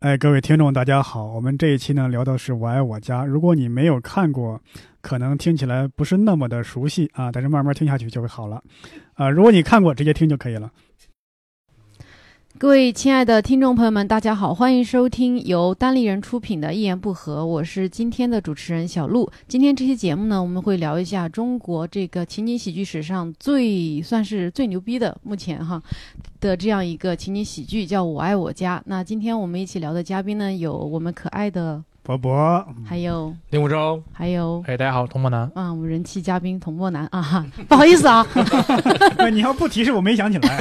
哎，各位听众，大家好，我们这一期呢聊的是《我爱我家》。如果你没有看过，可能听起来不是那么的熟悉啊，但是慢慢听下去就会好了。啊、如果你看过，直接听就可以了。各位亲爱的听众朋友们，大家好，欢迎收听由单立人出品的《一言不合》，我是今天的主持人小璐。今天这期节目呢，我们会聊一下中国这个情景喜剧史上最算是最牛逼的，目前哈的这样一个情景喜剧，叫《我爱我家》。那今天我们一起聊的嘉宾呢，有我们可爱的，博博， 还有林武洲，还有。哎，大家好，童漠男，啊，我们人气嘉宾童漠男啊， 哈，不好意思啊，哎，你要不提示我没想起来。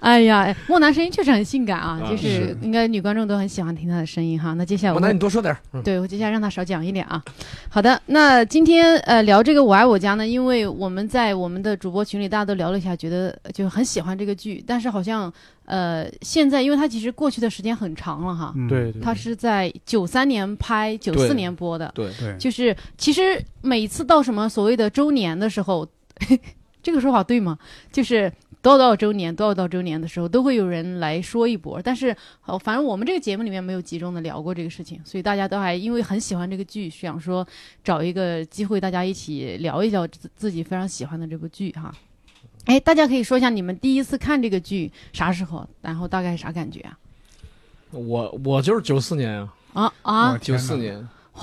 哎呀，漠男声音确实很性感啊，啊就是是应该女观众都很喜欢听他的声音哈。那接哎下来我我们男你多说点儿。嗯对我接下来让他少讲一点啊。好的，那今天呃聊这个《我爱我家》呢，因为我们在我们的主播群里大家都聊了一下，觉得呃就是很喜欢这个剧，但是好像呃现在因为它其实过去的时间很长了哈，嗯，对对，它是在九三年拍，九四年播的，对对，就是其实每次到什么所谓的周年的时候， 这个说法对吗？就是多少多少周年，多少多少周年的时候，都会有人来说一波。但是，呃反正我们这个节目里面没有集中的聊过这个事情，所以大家都还因为很喜欢这个剧，想说找一个机会大家一起聊一聊自自己非常喜欢的这部剧哈。哎，大家可以说一下你们第一次看这个剧啥时候，然后大概啥感觉啊？我我就是九四年啊，啊我啊天九哪四年，哇，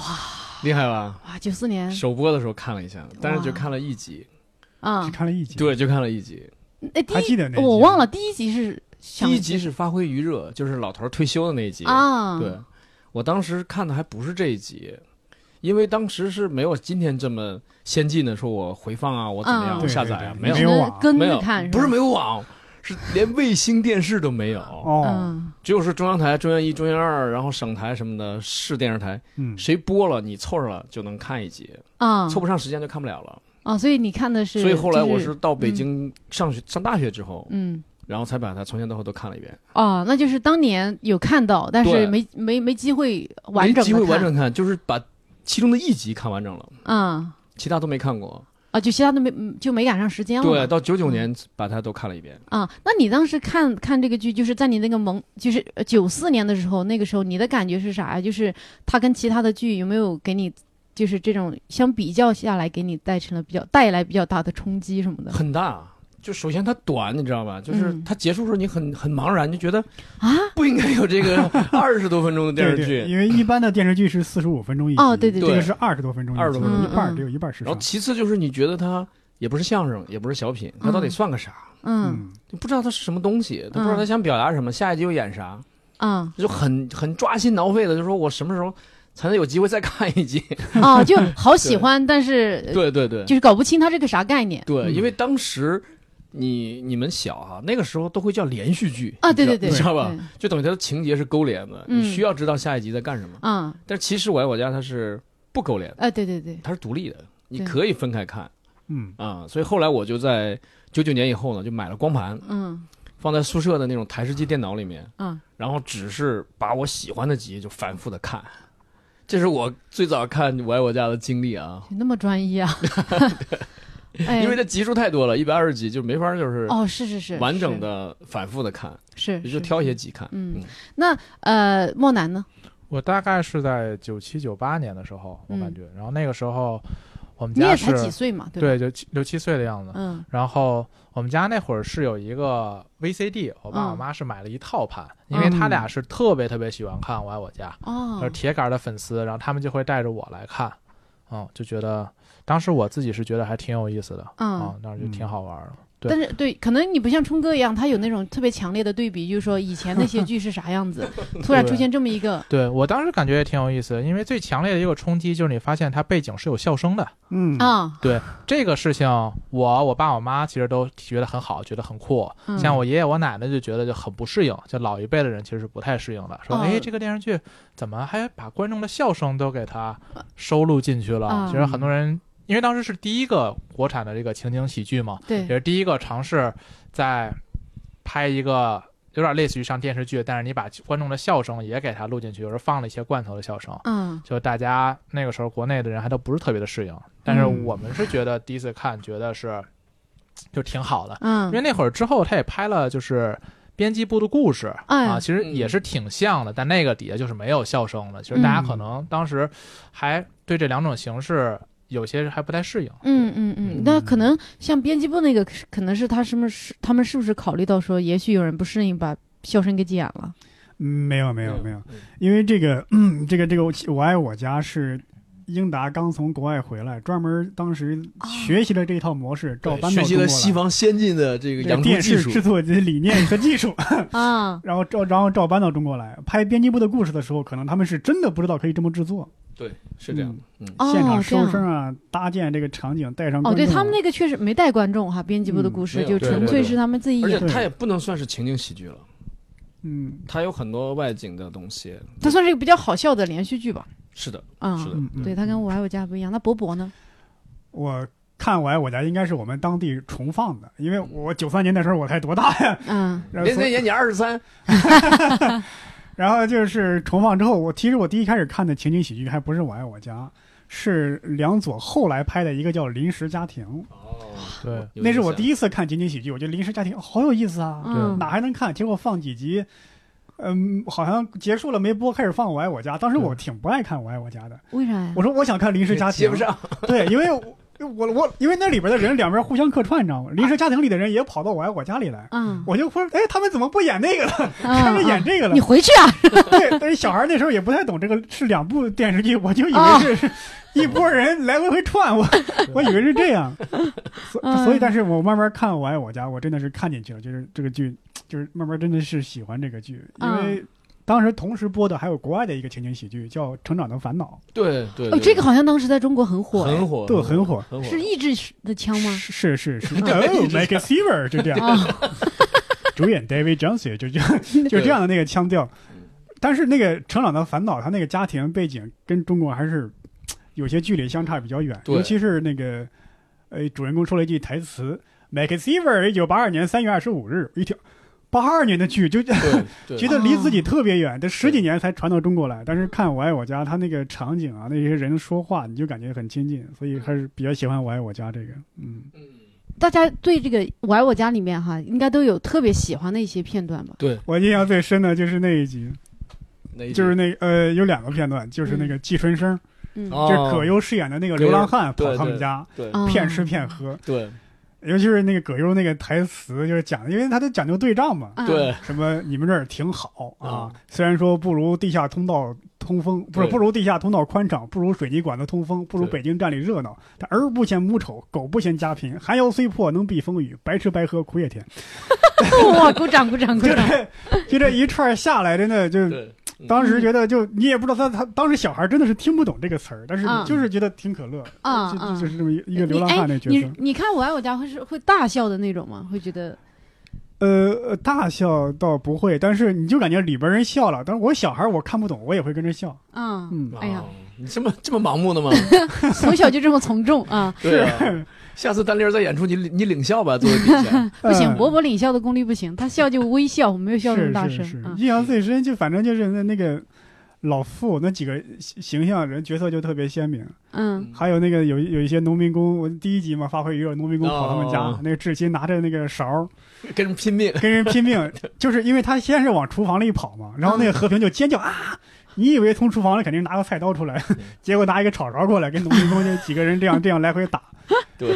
厉害吧？哇，九四年首播的时候看了一下，但是哎哇就看了一集，啊只，看了一集，对，就看了一集。哎，第还记一得那集我忘了第一集是第想一集是发挥余热，就是老头儿退休的那一集。啊，对，我当时看的还不是这一集，因为当时是没有今天这么先进的，说我回放啊，我怎么嗯样对我对下载啊，对没有没，有网跟没有着看，，不吧是没有网，是连卫星电视都没有，哦，嗯只有是中央台、中央一、中央二，然后省台什么的市电视台。嗯，谁播了你凑上了就能看一集，啊凑不上时间就看不了了。啊，所以你看的是，所以后来我就是到北京上学上大学之后，嗯。然后才把它从前到后都看了一遍，哦，那就是当年有看到，但是对没没没机会完没整的机会完看，整看，就是把其中的一集看完整了，嗯其他都没看过。啊，就其他都没嗯就没赶上时间了嗯嘛。对，到九九年把它都看了一遍。啊，那你当时看看这个剧，就是在你那个萌，就是呃九四年的时候，那个时候你的感觉是啥呀？就是它跟其他的剧有没有给你，就是这种相比较下来，给你带成了比较带来比较大的冲击什么的很大。就首先它短，你知道吧？就是嗯它结束的时候你很很茫然，就觉得啊？不应该有这个 二十多分钟的电对视对，剧。因为一般的电视剧是四十五分钟一集，哦对对对这个是二十多分钟一集， 20多分钟一半儿嗯嗯只有一半儿时然长后。其次就是你觉得它也不是相声，也不是小品，它到底嗯算个啥？嗯嗯，你不知道它是什么东西，他不知道嗯他想表达什么，下一集又演啥。啊就很很抓心挠肺的，就说我什么时候才能有机会再看一集？ 啊，就好喜对欢，但是呃 对对对就是搞不清它这个啥概念。对，嗯因为当时你你们小哈、那个时候都会叫连续剧啊，对对对，你知道吧？对？就等于它的情节是勾连的，嗯你需要知道下一集在干什么。啊，但是其实《我爱我家》它是不勾连的，哎，对对对，它是独立的，你对可以分开看嗯，啊、所以后来我就在九九年以后呢，就买了光盘，嗯放在宿舍的那种台式机电脑里面。啊然后只是把我喜欢的集就反复的看，这是我最早看《我爱我家》的经历啊，就那么专一 啊？哎，因为这集数太多了，一百二十集就没法就是哦，是是是，完整的反复的看，是，也是就挑一些。集看。嗯，那呃，莫南呢？我大概是在九七九八年的时候，我感嗯觉，然后那个时候我们你家也是才几岁嘛，吧？对就七六七岁的样子。嗯然后我们家那会儿是有一个 VCD，我爸嗯我妈是买了一套盘，因为他俩是特别特别喜欢看《我爱我家》，哦是，铁杆的粉丝，然后他们就会带着我来看，嗯，就觉得当时我自己是觉得还挺有意思的，啊嗯。，当时就挺好玩的。对但是对，可能你不像春哥一样，他有那种特别强烈的对比，就是说以前那些剧是啥样 子，突然出现这么一个，对我当时感觉也挺有意思的，因为最强烈的一个冲击就是你发现它背景是有笑声的，嗯，啊，这个事情，我我爸我妈其实都觉得很好，觉得很酷。嗯像我爷爷我奶奶就觉得就很不适应，就老一辈的人其实是不太适应的，说哦哎这个电视剧怎么还把观众的笑声都给它收录进去了？啊其实很多人因为当时是第一个国产的这个情景喜剧嘛，对也是第一个尝试在拍一个。有点类似于上电视剧，但是你把观众的笑声也给它录进去，有时候放了一些罐头的笑声，嗯就大家那个时候国内的人还都不是特别的适应，但是嗯我们是觉得第一次看觉得是就挺好的，因为嗯那会儿之后他也拍了就是编辑部的故事哎啊，其实也是挺像的，但那个底下就是没有笑声的。其实大家可能当时还对这两种形式有些还不太适应。嗯嗯嗯，那可能像编辑部那个，可能是他是不是他们是不是考虑到说，也许有人不适应，把笑声给剪了？嗯，没有没有嗯没有嗯，因为这个、 嗯、这个这个我我爱我家是英达刚从国外回来，专门当时哦学习了这一套模式，照搬到学习中国来了西方先进的这个这个养猪电技视术制，作的理念和技术， 啊，然后照然后照搬到中国来拍编辑部的故事的时候，可能他们是真的不知道可以这么制作，对，是这样的。嗯，哦，现场这收样声啊，搭建这个场景，带上哦，观对众他们那个确实没带观众哈，编辑部的嗯故事没有就对纯对粹对是他们自己而且演，对它也不能算是情景喜剧了，嗯它有很多外景的东西。它算是一个比较好笑的连续剧吧？是的，啊是，的嗯嗯，对，它跟我爱我家不一样。那博博呢？我。看我爱我家应该是我们当地重放的，因为我九三年那时候我才多大呀，嗯然后林所以森年你二十三，然后就是重放之后，我其实我第一开始看的情景喜剧还不是《我爱我家》，是梁左后来拍的一个叫《临时家庭》，哦，对，那是我第一一次看情景喜剧，我觉得《临时家庭》哦好有意思啊，嗯哪还能看？结果放几集，嗯，好像结束了没播，开始放《我爱我家》。当时我挺不爱看《我爱我家》的，为啥呀我？说我想看《临时家嗯接庭不》，上，对，因为我我我因为那里边的人两边互相客串，你知道吗？《临时家庭》里的人也跑到《我爱我家》里来，嗯，我就说，哎，他们怎么不演那个了？啊嗯他们演这个了你。回去啊！ 对，但是小孩那时候也不太懂这个是两部电视剧，我就以哦为 是一拨人来回回串，我我以为是这 样，所嗯所以，但是我慢慢看《我爱我家》，我真的是看进去了，就是这个剧，就是慢慢真的是喜欢这个剧，因嗯为当时同时播的还有国外的一个情景喜剧叫《成长的烦恼对对，哦，对这个好像当时在中国很火，哎很火，》，对，很火，很火，是益智的枪吗？ 是是 是对，Oh, make it fever，就这样，啊，主演 David Johnson 就这样就这样的那个腔调嗯，但是那个《成长的烦恼》，他那个家庭背景跟中国还是有些距离相差比较远，对尤其是那个呃，主人公说了一句台词 m a c s e v e r 一九八二年三月二十五日，一听八二年的剧就 觉对哦对，得离自己特别远，得十几年才传到中国来。但是看《我爱我家》，他那个场景啊，那些人说话，你就感觉很亲近，所以还是比较喜欢《我爱我家》这个，嗯。大家对这个《我爱我家》里面哈，应该都有特别喜欢的一些片段吧？我印象最深的就是那一集，那一集就是那呃有两个片段，就是那个季春生，嗯，哦就是葛优饰演的那个流浪汉对跑他们家对啊骗吃骗喝，对尤其是那个葛优那个台词，就是讲，因为他都讲究对仗嘛，啊对，什么你们这儿挺好啊嗯，虽然说不如地下通道通风，不是对不如地下通道宽敞，不如水泥管子通风，不如对北京站里热闹，但儿不嫌母丑，狗不嫌家贫，寒窑虽破能避风雨，白吃白喝苦也甜， 哇，鼓掌鼓掌 鼓就掌！这就这一串下来，真的就对，嗯当时觉得就你也不知道他他当时小孩真的是听不懂这个词儿，但是嗯就是觉得挺可乐 嗯就就嗯就是这么一一你个流浪汉那哎角你色。你看《我爱我家》会是会大笑的那种吗？会觉得呃，呃大笑倒不会，但是你就感觉里边人笑了，但是我小孩我看不懂，我也会跟着笑。啊，嗯， 哎呀哦，你这么这么盲目的吗？ 从小就这么从众 啊！对啊，下次单立人再演出，你你领笑吧，作为底 线。不行，呃博博领笑的功力不行，他笑就微笑，没有笑那么是大是声是啊，。印象最深就反正就是那那个老傅那几个形形象人角色就特别鲜明，嗯还有那个有有一些农民工，我第一集嘛发挥也有农民工跑他们家，哦那个志新拿着那个勺儿跟人 拼 命，跟人拼命，就是因为他先是往厨房里跑嘛，然后那嗯个和平就尖叫啊！你以为从厨房里肯定拿个菜刀出来，嗯 结果拿一个炒勺过来，跟农民工那几个人这样这样来回打。对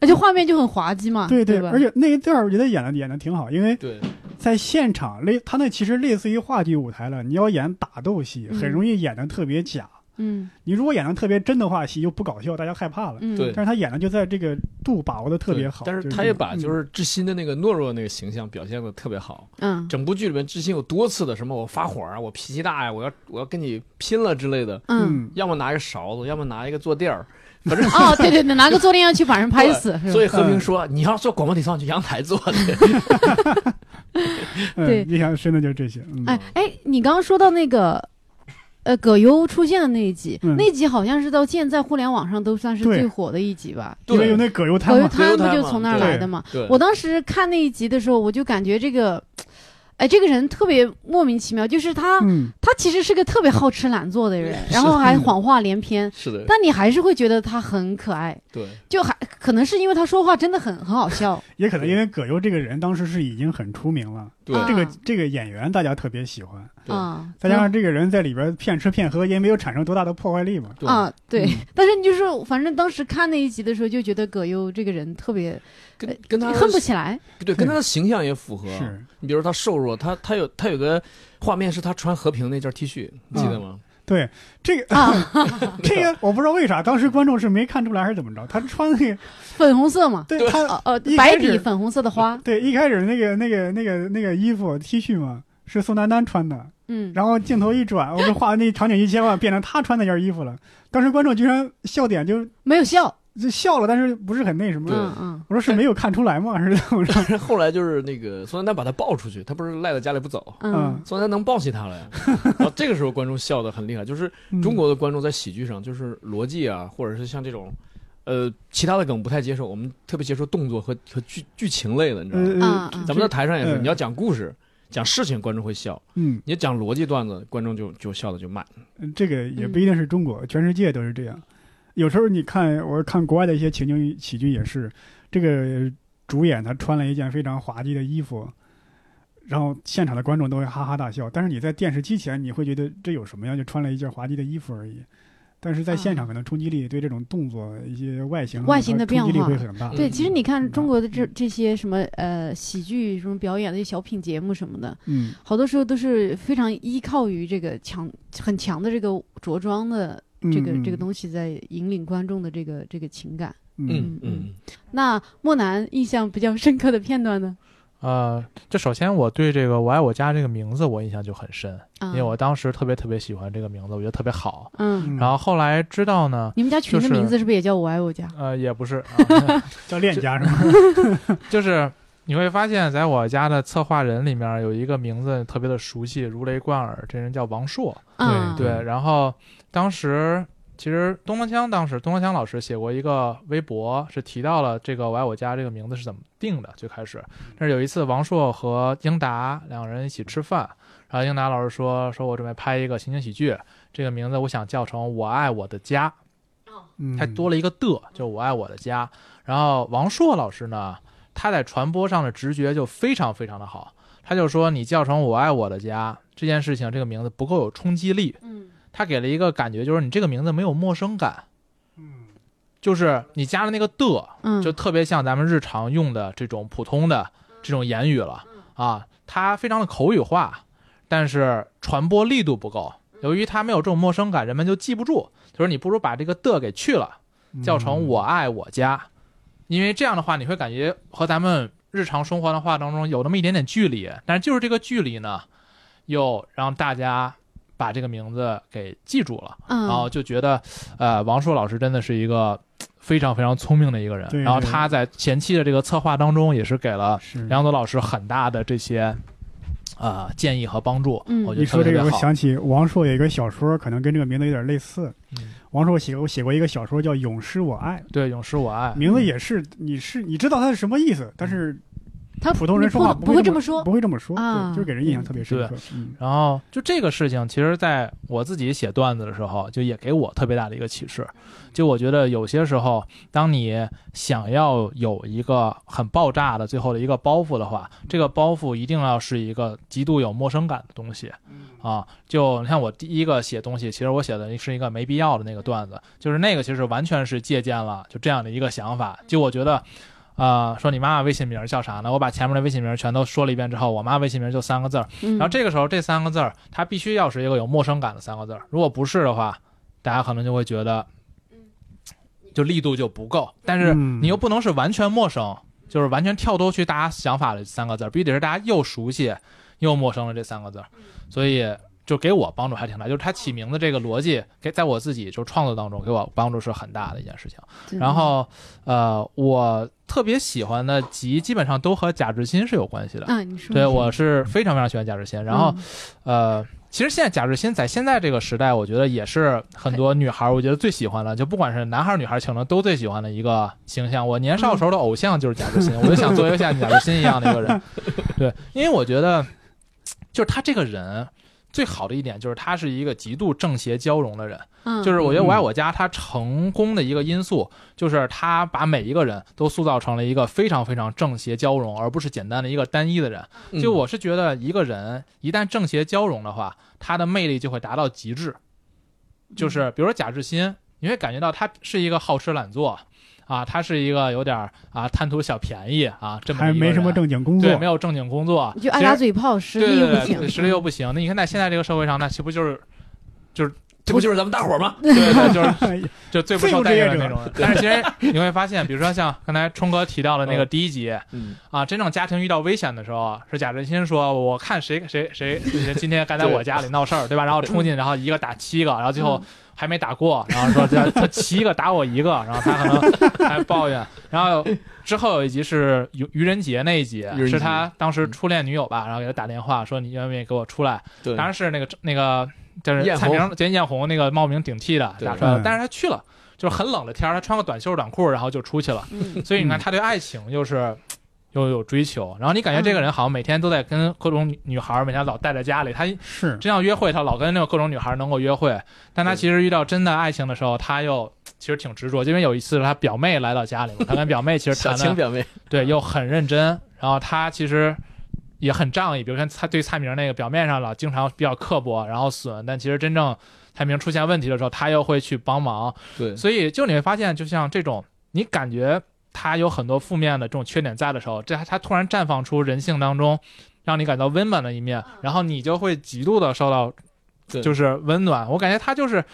而且画面就很滑稽啊嘛，嗯对对吧而且那一段儿我觉得演的演的挺好，因为对，在现场类他那其实类似于话剧舞台了，你要演打斗戏，嗯很容易演的特别假。嗯你如果演的特别真的话，戏就不搞笑，大家害怕了。嗯，对但是他演的就在这个度把握的特别对好，但是就他这也种把嗯就是志新的那个懦弱那个形象表现的特别好。嗯整部剧里面，志新有多次的什么我发火啊，我脾气大呀、我要我要跟你拼了之类的，嗯。要么拿一个勺子，要么拿一个坐垫儿，反嗯 正哦，对对对，拿个坐垫要去把人拍死，是吧所以和平说，你要做广播体操，你去阳台做去。嗯对印象深的就是这些。嗯哎哎，你刚刚说到那个，呃，葛优出现的那一集，嗯那集好像是到现在互联网上都算是对最火的一集吧。因为有对那葛优葛瘫优嘛，瘫不葛优就瘫嘛从那儿对来的嘛？对， 我当时看那一集的时候，我就感觉这个，哎，这个人特别莫名其妙，就是他，嗯，他其实是个特别好吃懒做的人，是嗯然后还谎话连篇，是的，但你还是会觉得他很可爱，对就还可能是因为他说话真的很很好笑，也可能因为葛优这个人当时是已经很出名了，对啊这个这个演员大家特别喜欢，对啊，再加上这个人在里边骗吃骗喝，也没有产生多大的破坏力嘛。对，啊，对嗯， 但是你就说，反正当时看那一集的时候，就觉得葛优这个人特别跟跟他的恨不起来，对，跟他的形象也符合。是，你比如他瘦弱，他他有他有个画面是他穿和平那件 T 嗯恤，你记 得吗？对这个、 这个我不知道为啥，当时观众是没看出来还是怎么着，他穿 那个，粉红色嘛，对他呃呃，一开白始底粉红色的花，对一开始那个那个那个那个衣服 T 恤嘛，是宋丹丹穿的，嗯，然后镜头一转，我们画那场景一切换，变成他穿那件衣服了。当时观众居然笑点就没有笑，就笑了，但是不是很那什对么。嗯嗯，我说是没有看出来吗？还是怎么着？但是后来就是那个宋丹丹把他抱出去，他不是赖在家里 不走，嗯，宋丹丹能抱起他来，然后这个时候观众笑得很厉害。就是嗯中国的观众在喜剧上，就是逻辑啊，或者是像这种，呃，其他的梗不太接受，我们特别接受动作和和剧剧情类的，你知道吗？嗯啊呃，啊咱们在台上也是，嗯你要讲故事、讲事情，观众会笑；嗯，你讲逻辑段子，观众就就笑的就慢。这个也嗯不一定是中国，全世界都是这样。有时候你看，我看国外的一些情景喜剧也是，这个主演他穿了一件非常滑稽的衣服，然后现场的观众都会哈哈大笑。但是你在电视机前，你会觉得这有什么呀？就穿了一件滑稽的衣服而已。但是在现场，可能冲击力对这种动作、一些外形、嗯啊外形的变冲化击力会很大。对，嗯其实你看嗯中国的这这些什么呃喜剧什么表演的一些小品节目什么的，嗯，好多时候都是非常依靠于这个强很强的这个着装的嗯这个、这西，个东西在引领观众的这个这个情感。嗯嗯嗯嗯，那莫南印象比较深刻的片段呢？呃，这首先我对这个“我爱我家”这个名字我印象就很深，啊，因为我当时特别特别喜欢这个名字，我觉得特别好。嗯，然后后来知道呢，你们家群的就是名字是不是也叫我爱我家？呃，也不是，啊叫链家是吗？就是你会发现在我家的策划人里面有一个名字特别的熟悉，如雷贯耳，这人叫王朔。啊，对，然后当时其实东方锵当时东方锵老师写过一个微博，是提到了这个“我爱我家”这个名字是怎么定的。最开始，那是有一次王朔和英达两个人一起吃饭，然后英达老师说：“说我准备拍一个情景喜剧，这个名字我想叫成‘我爱我的家’，嗯它多了一个的，就‘我爱我的家’。”然后王朔老师呢，他在传播上的直觉就非常非常的好，他就说：“你叫成‘我爱我的家’这件事情，这个名字不够有冲击力。”嗯他给了一个感觉，就是你这个名字没有陌生感，嗯就是你加了那个的，嗯，就特别像咱们日常用的这种普通的这种言语了啊。它非常的口语化，但是传播力度不够。由于它没有这种陌生感，人们就记不住。就是你不如把这个的给去了，嗯叫成“我爱我家”，因为这样的话，你会感觉和咱们日常生活的话当中有那么一点点距离。但是就是这个距离呢，又让大家把这个名字给记住了。嗯，然后就觉得，呃，王朔老师真的是一个嘖非常非常聪明的一个人。对然后对他在前期的这个策划当中，也是给了是。梁左老师很大的这些，呃，建议和帮助。嗯我觉你得说特这别个，特我别好。想起王朔有一个小说，可能跟这个名字有点类似。嗯王朔写过写过一个小说叫《永失我爱对，永失我啊爱。》，名嗯字也是，你是你知道它是什么意思，但是他普通人啊你说话不不会会这这么么说，不会这么说，啊对，就是给人印象特别深刻。嗯然后就这个事情，其实在我自己写段子的时候，就也给我特别大的一个启示。就我觉得有些时候，当你想要有一个很爆炸的最后的一个包袱的话，这个包袱一定要是一个极度有陌生感的东西。啊，就你看我第一个写东西，其实我写的是一个没必要的那个段子，就是那个其实完全是借鉴了就这样的一个想法。就我觉得，呃，说你妈妈微信名儿叫啥呢？我把前面的微信名儿全都说了一遍之后，我妈微信名儿就三个字儿。然然后这个时候，这三个字儿它必须要是一个有陌生感的三个字儿，如果不是的话，大家可能就会觉得，就力度就不够。但是嗯嗯你又不能是完全陌生，就是完全跳脱去大家想法的三个字儿，必须得是大家又熟悉又陌生的这三个字儿。所以就给我帮助还挺大，就是它起名的这个逻辑，给在我自己就创作当中给我帮助是很大的一件事情。然后呃，我特别喜欢的集基本上都和贾志新是有关系的。啊，你说对，我是非常非常喜欢贾志新。然后，呃，其实现在贾志新在现在这个时代，我觉得也是很多女孩儿我觉得最喜欢的，就不管是男孩儿女孩儿，可能都最喜欢的一个形象。我年少时候的偶像就是贾志新，我就想做一个像贾志新一样的一个人。对，因为我觉得，就是他这个人，最好的一点就是他是一个极度正邪交融的人。嗯，就是我觉得《我爱嗯我家》它成功的一个因素，就是它把每一个人都塑造成了一个非常非常正邪交融，而不是简单的一个单一的人。就嗯我是觉得，一个人一旦正邪交融的话，他的魅力就会达到极致。就是嗯比如说贾志新，你会感觉到他是一个好吃懒做啊，他是一个有点儿啊贪图小便宜啊，这么还一个没什么人正经工对，作没，有正经工作，嗯就爱其实打嘴炮，实对力又对不对对，行，实力又嗯不行。那你看在现在这个社会上，那岂 不就是嗯这不就是咱们大伙儿吗？对对，就是 哎就最不自由受职待业见的者那 种人。但是其实你会发现，比如说像刚才冲哥提到的那个第一集嗯，啊，真正家庭遇到危险的时候，啊是贾振兴说：“我看谁谁谁谁今天敢在我家里闹事儿，对吧？”然后冲进，然后一个打七个，然后最嗯后还没打过，然后说他他七个打我一个，然后他可能还抱怨。然后之后有一集是愚愚人节那一集愚，人是节嗯他当时初恋女友吧，然后给他打电话说：“你愿不愿意给我出来？”对当然是那个那个就是艳蔡红明简艳红那个冒名顶替的对打出来的嗯，但是他去了，就是很冷的天儿，他穿个短袖短裤，然后就出去了。嗯所以你看，嗯他对爱情又是又有追求，然后你感觉这个嗯人好像每天都在跟各种女女孩儿，每天老待在家里，他是真要约会，他老跟那个各种女孩儿能够约会，但他对其实遇到真的爱情的时候，他又。其实挺执着，因为有一次他表妹来到家里嘛，他跟表妹其实小谈情的表妹，对又很认真，然后他其实也很仗义，比如看蔡对蔡明那个表面上老经常比较刻薄，然后损，但其实真正蔡明出现问题的时候，他又会去帮忙，对，所以就你会发现，就像这种，你感觉他有很多负面的这种缺点在的时候，这他突然绽放出人性当中让你感到温暖的一面，嗯然后你就会极度的受到对就是温暖。我感觉他就是，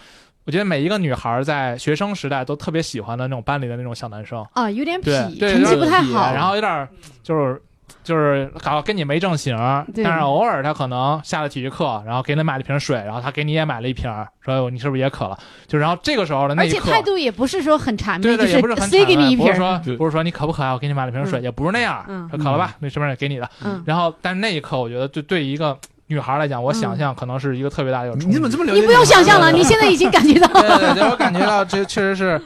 我觉得每一个女孩在学生时代都特别喜欢的那种班里的那种小男生， 啊，有点痞对，对成绩有不点太痞好，啊然后有点嗯儿就是。就是搞跟你没正形儿，对但是偶尔他可能下了体育课，然后给你买了一瓶水，然后他给你也买了一瓶儿，说你是不是也渴了？就然后这个时候的那而一刻，且态度也不是说很谄媚，对对，也不就是很塞给谄媚你一不瓶是儿，说对不是说你渴不渴啊，我给你买了瓶水，嗯也不是那样，嗯说渴了吧，那身份证给你的。嗯，然后，但是那一刻，我觉得对对于一个女孩来讲，我嗯想象可能是一个特别大的有冲击。你怎么这么了解？你不啊用想象了，你现在已经感觉到 对对对，我感觉到这确实是，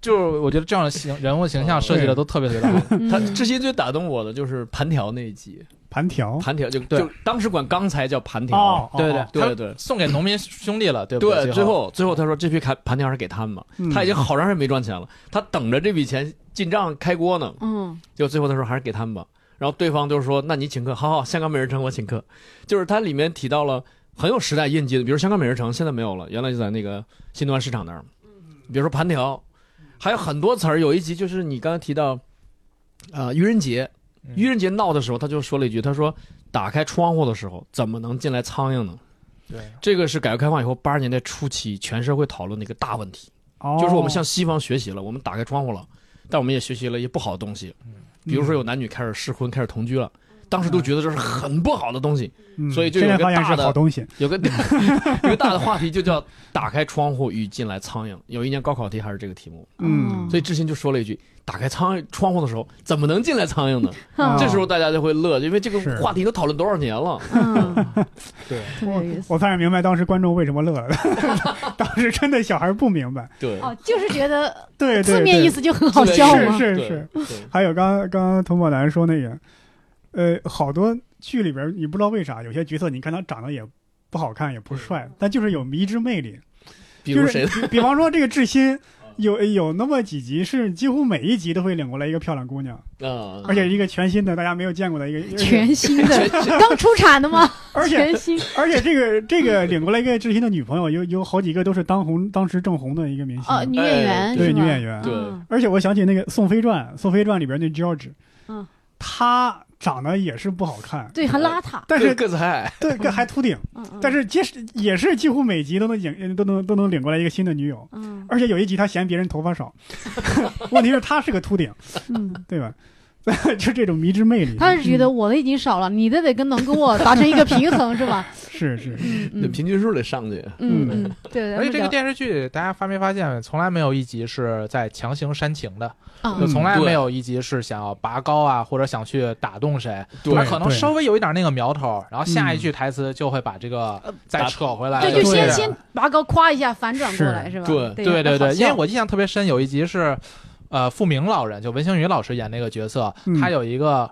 就是我觉得这样的形人物形象设计的都特别特别好。他嗯之前最打动我的就是盘条那一集，盘条盘条就对就当时管钢材叫盘条，哦，对对哦，对他对送给农民兄弟了，对不对，最最后最后他说这批盘盘条是给他们嘛，嗯他已经好长时间没赚钱了，他等着这笔钱进账开锅呢，嗯，就最后他说还是给他们吧，然后对方就说那你请客，好好，香港美人城我请客，就是它里面提到了很有时代印记的，比如香港美人城现在没有了，原来就在那个新东安市场那儿，比如说盘条，还有很多词儿，有一集就是你刚才提到，呃，愚人节，嗯愚人节闹的时候，他就说了一句，他说打开窗户的时候怎么能进来苍蝇呢？对这个是改革开放以后八十年代初期全社会讨论的一个大问题。哦就是我们向西方学习了，我们打开窗户了，但我们也学习了一些不好的东西，比如说有男女开始试婚、开始同居了，当时都觉得这是很不好的东西，嗯所以就现在有一个发现大是的好东西，有个 有个大的话题就叫“打开窗户与进来苍蝇”。有一年高考题还是这个题目，嗯哦 所以志新就说了一句：“打开苍窗户的时候，怎么能进来苍蝇呢？”哦这时候大家就会乐，因为这个是话题都讨论多少年了。嗯，对， 特别有意思。我才明白当时观众为什么乐了， 当时真的小孩不明白，对，哦，就是觉得哎对对，字面对意思就很好笑是嘛。是对啊是，对还有刚刚刚童宝南说那个，呃，好多剧里边儿你不知道为啥有些角色，你看他长得也不好看，也不帅，但就是有迷之魅力。比如就是 谁？比比方说这个志新，嗯有有那么几集是几乎每一集都会领过来一个漂亮姑娘，啊，而且一个全新的大家没有见过的 一个嗯全新的， 全全刚出产的吗？而且全新，而且这个这个领过来一个志新的女朋友，有有好几个都是当红当时正红的一个明星，哦，女演员哎对是女吧演员。对嗯而且我想起那个《宋飞传》，《宋飞传》里边那 George，嗯，他长得也是不好看，对，还邋遢，但是个子还矮， 对，还秃顶，嗯嗯，但是即使也是几乎每集都能领都能都能领过来一个新的女友，嗯而且有一集他嫌别人头发少，问题是他是个秃顶，嗯，对吧？ 就这种迷之魅力，嗯他是觉得我的已经少了，你的得跟能跟我达成一个平衡是吧？是是是，嗯那嗯平均数得上去。嗯嗯，对，而且这个电电视剧大家发没发现，从来没有一集是在强行煽情的，啊嗯就从来对没有一集是想要拔高啊，或者想去打动谁。对他可能对稍微有一点那个苗头，然后下一嗯句台词就会把这个再打扯回来。对，对就先对先拔高夸一下，反转过来是是吧？对对对对好对，因笑为我印象特别深，有一集是，呃，傅明老人就文星宇老师演那个角色，嗯他有一个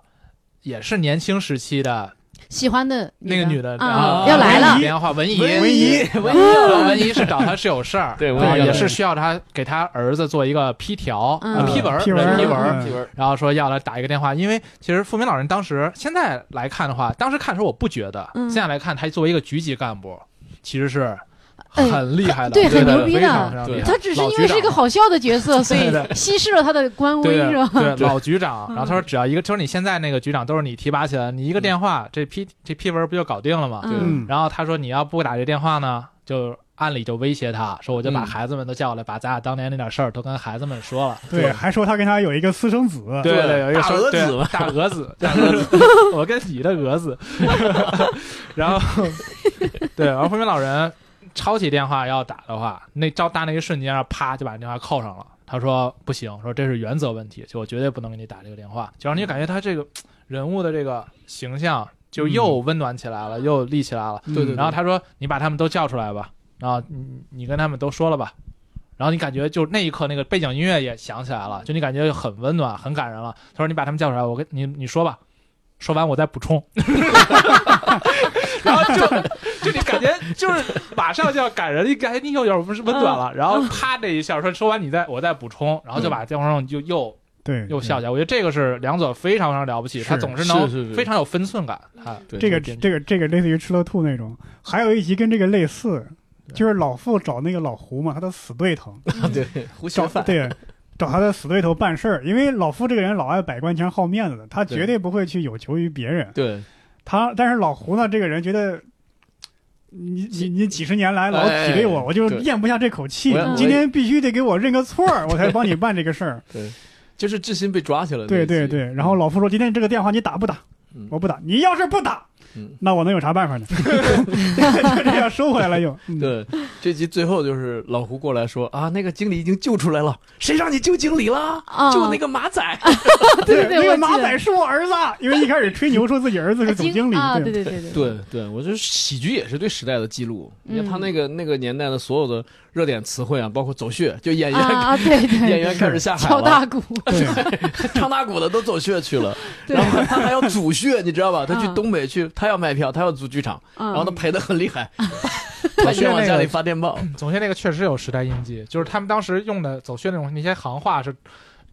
也是年轻时期的喜欢的那个女的啊啊要来了打，电话文姨，文姨文姨，啊文姨是找他是有事儿，对文啊姨要也来是需要他给他儿子做一个批条、嗯啊批文儿、批文儿对批文儿，嗯批文儿，然后说要来打一个电话，因为其实富民老人当时现在来看的话，当时看的时候我不觉得，嗯现在来看他作为一个局级干部，其实是哎很厉害的，对对很牛逼的非常非常厉害他只是老因局为是一个长好笑的角色，所以对的稀释了他的官威，对啊是吧？对对老局长，嗯然后他说只要一个，就是你现在那个局长都是你提拔起来，你一个电话，这批这批文儿不就搞定了吗？嗯嗯然后他说你要不打这电话呢，就按理就威胁他说我就把嗯孩子们都叫来，把咱俩当年那点事儿都跟孩子们说了。对，还说他跟他有一个私生子，对对对，有一个大说蛾对子嘛大蛾 子，大蛾子，我跟你的蛾子。 然后，对，然后回民老人抄起电话要打的话，那招搭那一瞬间，啪就把电话扣上了。他说不行，说这是原则问题，就我绝对不能给你打这个电话。就让你感觉他这个人物的这个形象就又嗯温暖起来了，又立起来了。嗯对对对然后他说：“你把他们都叫出来吧，然后你你跟他们都说了吧。”然后你感觉就那一刻那个背景音乐也响起来了，就你感觉很温暖、很感人了。他说：“你把他们叫出来，我跟你你说吧，说完我再 补充。” 然后就就你感觉就是马上就要感人，你感觉你又有什么温暖嗯了。然后啪这一下说说完你再我再补充，然后就把电话上就又对，又笑起来。我觉得这个是梁左非常非常了不起，是他总能是是是非常有分寸感。啊对嗯这个对这个这个类似于吃了吐那种，还有一集跟这个类似，对就是老傅找那个老胡嘛，他的死对头， 对胡找呃小范， 对，找他的死对头办事儿，因为老傅这个人老爱摆官腔、好面子的，他绝对对不会去有求于别人。对，他但是老胡呢，这个人觉得。你你你几十年来老哎挤兑我，我就对咽不下这口气我要。今天必须得给我认个错儿，我才帮你办这个事 儿。就是志新被抓起来了，对对那一集，对，然后老傅说：“今天这个电话你打不打？”嗯我不打。你要是不打，嗯那我能有啥办法 呢？就这样收回来了又。嗯，对，这集最后就是老胡过来说啊，那个经理已经救出来了，谁让你救经理了？ 啊救那个马仔，对对那我个记马得仔是我儿子，啊因为一开始吹牛说自己儿子是总经理。啊，对对对对对，对对，我觉得喜剧也是对时代的记录。你嗯看他那个那个年代的所有的热点词汇啊，包括走穴，就演员、啊啊，对对，演员开始下海敲了大，鼓，对唱大鼓的都走穴去了。 对然，后他还要组穴，你知道吧？他去嗯东北去，他要卖票，他要组剧场，然然后他赔的很厉害，嗯 他一直往家里发电报，总结那个确实有时代印记，就是他们当时用的走穴那种那些行话是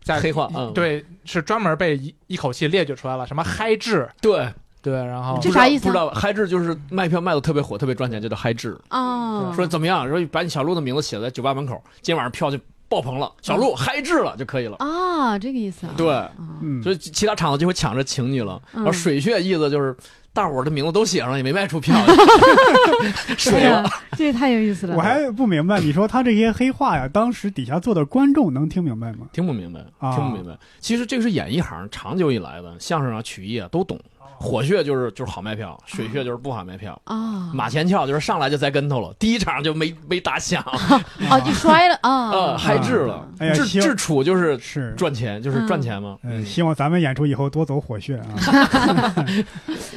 在黑话嗯对，是专门被一一口气列举出来了，什么嗨制，对，对，然后这啥意思啊不知道吧？嗨制就是卖票卖的特别火，特别赚钱，就叫嗨制。啊，说怎么样？说把你小鹿的名字写在酒吧门口，今天晚上票就爆棚了，小嗯鹿嗨制了就可以了。啊，这个意思啊，对啊嗯， 所以其他场子就会抢着请你了。嗯然后水穴意思就是大伙儿的名字都写上，也没卖出 票，哎水啊呀了。， 这也太有意思了。我还不明白，你说他这些黑话呀，当时底下坐的观众能听明白吗？听不明白，啊听不明白。其实这个是演艺行长久以来的，相声啊、曲艺啊都懂。哦火穴就是就是好卖票，嗯水穴就是不好卖票。啊马前跳就是上来就栽跟头了，第一场就没没打响，哦，就摔了啊， 呃，嗨制了。哎呀智希望智楚就是是，赚钱，就是赚钱嘛。嗯，嗯希望咱们演出以后多走火穴啊。嗯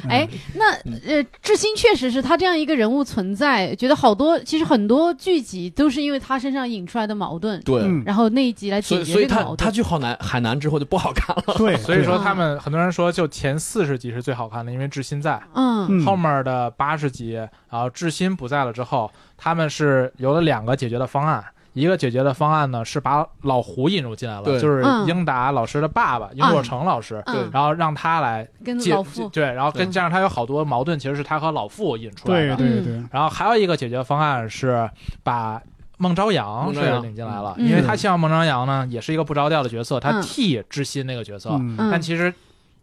哎，那呃，志新确实是他这样一个人物存在，觉得好多其实很多剧集都是因为他身上引出来的矛盾，对，嗯， 然后那一集来所以解决所以这个他矛他盾。去好南海南之后就不 好看了。对，所以说对他们很多人说就前四十集是最好看的，因为志新在。嗯嗯后面的八十集，然后志新不在了之后，他们是有了两个解决的方案。一个解决的方案呢是把老胡引入进来了，对就是嗯英达老师的爸爸英若成老师，嗯，然后让他来跟借嗯老傅对，然后跟对加上他有好多矛盾，其实是他和老傅引出来对的。对对，嗯然后还有一个解决方案是把孟朝阳孟是朝阳领进来了，嗯因为他希望孟朝阳呢也是一个不着调的角色，他嗯替知心那个角色，嗯，嗯但其实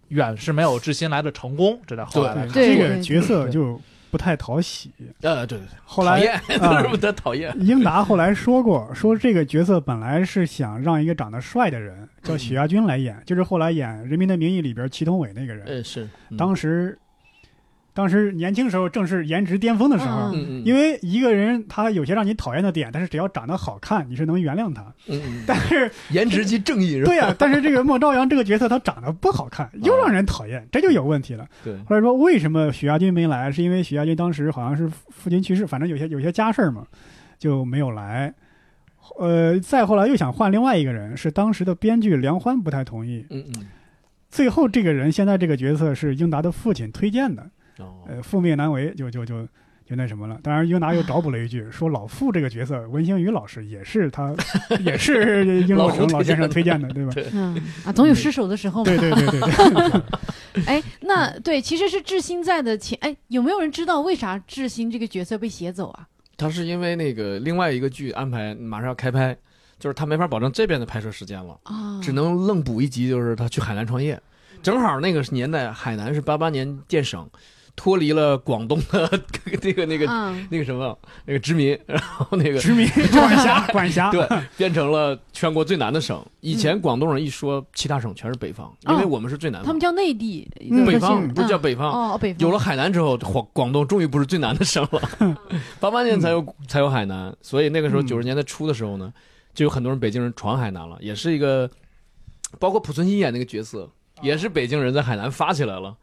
远是没有知心来的成功，这在后来来看。对这对个角色就不太讨喜。呃，对对 对，后讨来厌，啊这么的讨厌。英达后来说过，说这个角色本来是想让一个长得帅的人叫许亚军来演，就是后来演《人民的名义》里边祁同伟那个人。嗯，是嗯呃当时，当时年轻时候正是颜值巅峰的时候，嗯嗯嗯，因为为一个人他有些让你讨厌的点，但是只要长得好看，你是能原谅他。嗯但是，颜值即正义是吧？对呀、但是这个孟朝阳这个角色他长得不好看，又让人讨厌，这就有问题了。对，后来说为什么许亚军没来，是因为许亚军当时好像是父父亲去世，反正有些有些家事儿嘛，就没有来。呃，再后来又想换另外一个人，是当时的编剧梁欢不太同意。嗯嗯最后这个人现在这个角色是英达的父亲推荐的，哦，呃，覆灭难为，就就就就那什么了。当然，英达又找补了一句，说老傅这个角色，文星宇老师也是他，也是 英洛城老先生推荐的， 对吧？嗯啊，总有失手的时候嘛。对对对对对，哎，那对，其实是志新在的前，哎，有没有人知道为啥志新这个角色被写走啊？他是因为那个另外一个剧安排马上要开拍，就是他没法保证这边的拍摄时间了，啊，只能愣补一集，就是他去海南创业，嗯正好那个年代海南是八八年建省，脱离了广东的 那个那个嗯那个什么那个殖民，然后那个殖 民管辖管啊辖，对，变成了全国最难的省。以前广东人一说其他省全是北方，嗯因为我们是最难的。他们叫内地，嗯有个北姓方不是叫嗯北方，哦，北方有了海南之后，广广东终于不是最难的省了。 八八年才嗯有才有海南，所以那个时候嗯九十年代初的时候呢，就有很多人北京人闯海南了，也是一个，包括濮存昕演那个角色，也是北京人在海南发起来了。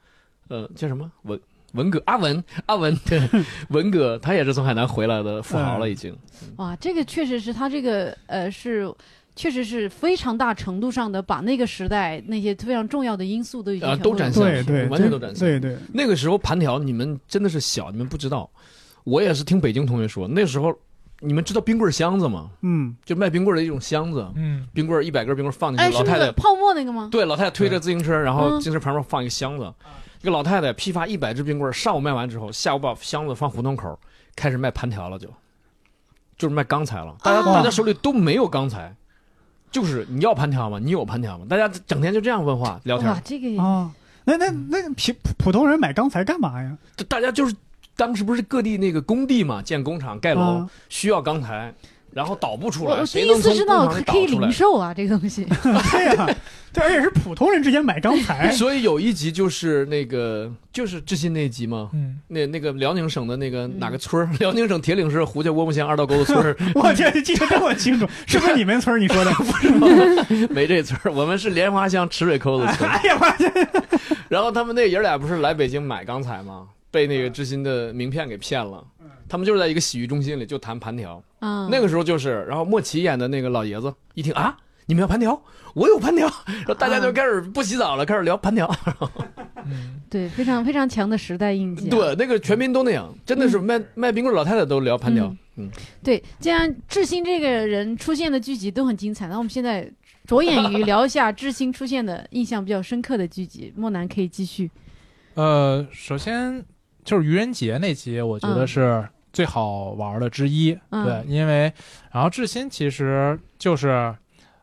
呃，叫什么文文革？阿文阿文对 文革，他也是从海南回来的富豪嗯了，已经。哇，这个确实是他这个呃是。确实是非常大程度上的把那个时代那些非常重要的因素都已经啊全部都展现了对对，完全都展现对对，那个时候盘条，你们真的是小，你们不知道。我也是听北京同学说，那时候你们知道冰棍箱子吗？嗯，就卖冰棍的一种箱子，嗯，冰棍一百根冰棍放进哎，去，是老太那太个泡沫那个吗？对老太太推着自行车，然嗯啊后自行车旁边放一个箱子，一个老太太批发一百只冰棍，上午卖完之后，下午把箱子放胡同口，开始卖盘条了就，就是卖钢材了。大家、啊大家手里都没有钢材，就是你要盘条吗？你有盘条吗？大家整天就这样问话聊天啊哇，，这个也哦，那那嗯那普普通人买钢材干嘛呀？这大家就是当时不是各地那个工地嘛，建工厂盖楼、啊 需要钢材，然后导不出嗯我来，我第谁一能次从知工道厂里可导可以出零来？售啊，这个东 西。对呀，对，而且是普通人之间买钢材，所以有一集就是那个就是志新那一集嘛，嗯，那那个辽宁省的那个嗯哪个村儿？辽宁省铁岭市胡家窝木乡二道沟子村 儿我这记得这么清楚，是不是你们村儿你说的？ 没这村儿，我们是莲花乡池水沟子村。哎呀妈 呀！然后他们那爷儿俩不是来北京买钢材吗？被那个嗯志新的名片给骗了。他们就是在一个洗浴中心里就谈盘条，嗯，那个时候就是，然后莫奇演的那个老爷子一听啊，你们要盘条，我 有盘条，然后大家就开始不洗澡了，开始聊盘条。嗯对非常非常强的时代印记啊。对，那个全民都那样，真的是嗯卖、卖冰棍儿老太太都聊盘条。嗯，对，既然志新这个人出现的剧集都很精彩，那我们现在着眼于聊一 下志新出现的印象比较深刻的剧集。莫南可以继续。呃，首先就是愚人节那集，我觉得嗯是最好玩的之一。嗯对，因为然后志新其实就是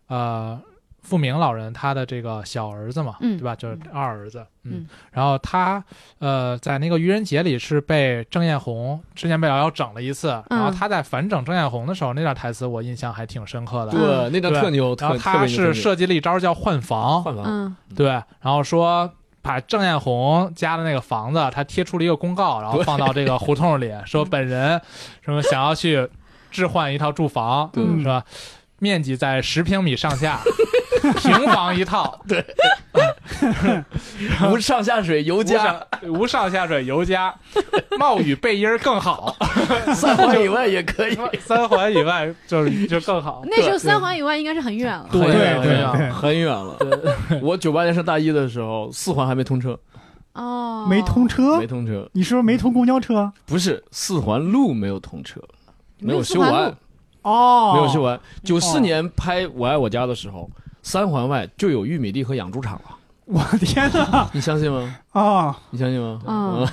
呃富明老人他的这个小儿子嘛，嗯对吧？就是二儿子。嗯然后他呃在那个愚人节里是被郑艳红之前被瑶瑶整了一次，然后嗯他在反整郑艳红的时候，那段台词我印象还挺深刻的。对，那张对特牛，啊然后特特他别牛特是牛设计了一招叫换房，换房。嗯对，然后说把郑艳红家的那个房子，他贴出了一个公告，然后放到这个胡同里，说本人什么想要去置换一套住房，对是吧？面积在十平米上下，平房一套，无上下水游 无家上无上下水尤家，貌与背音儿更好，三环以外也可以，三环以外就是就更啊好。那时候三环以外应该是很远了。对很 远对了对很远了。 我九八年上大一的时候，四环还没通车，哦，没通，车没，通车，你是不是没通公交车？不是四环路没有通车，没有修没有四环完路，哦没有修完。九四年拍《我爱我家》的时候，三环外就有玉米地和养猪场了，我的天哦哪！你相信吗？啊，你相信吗？嗯，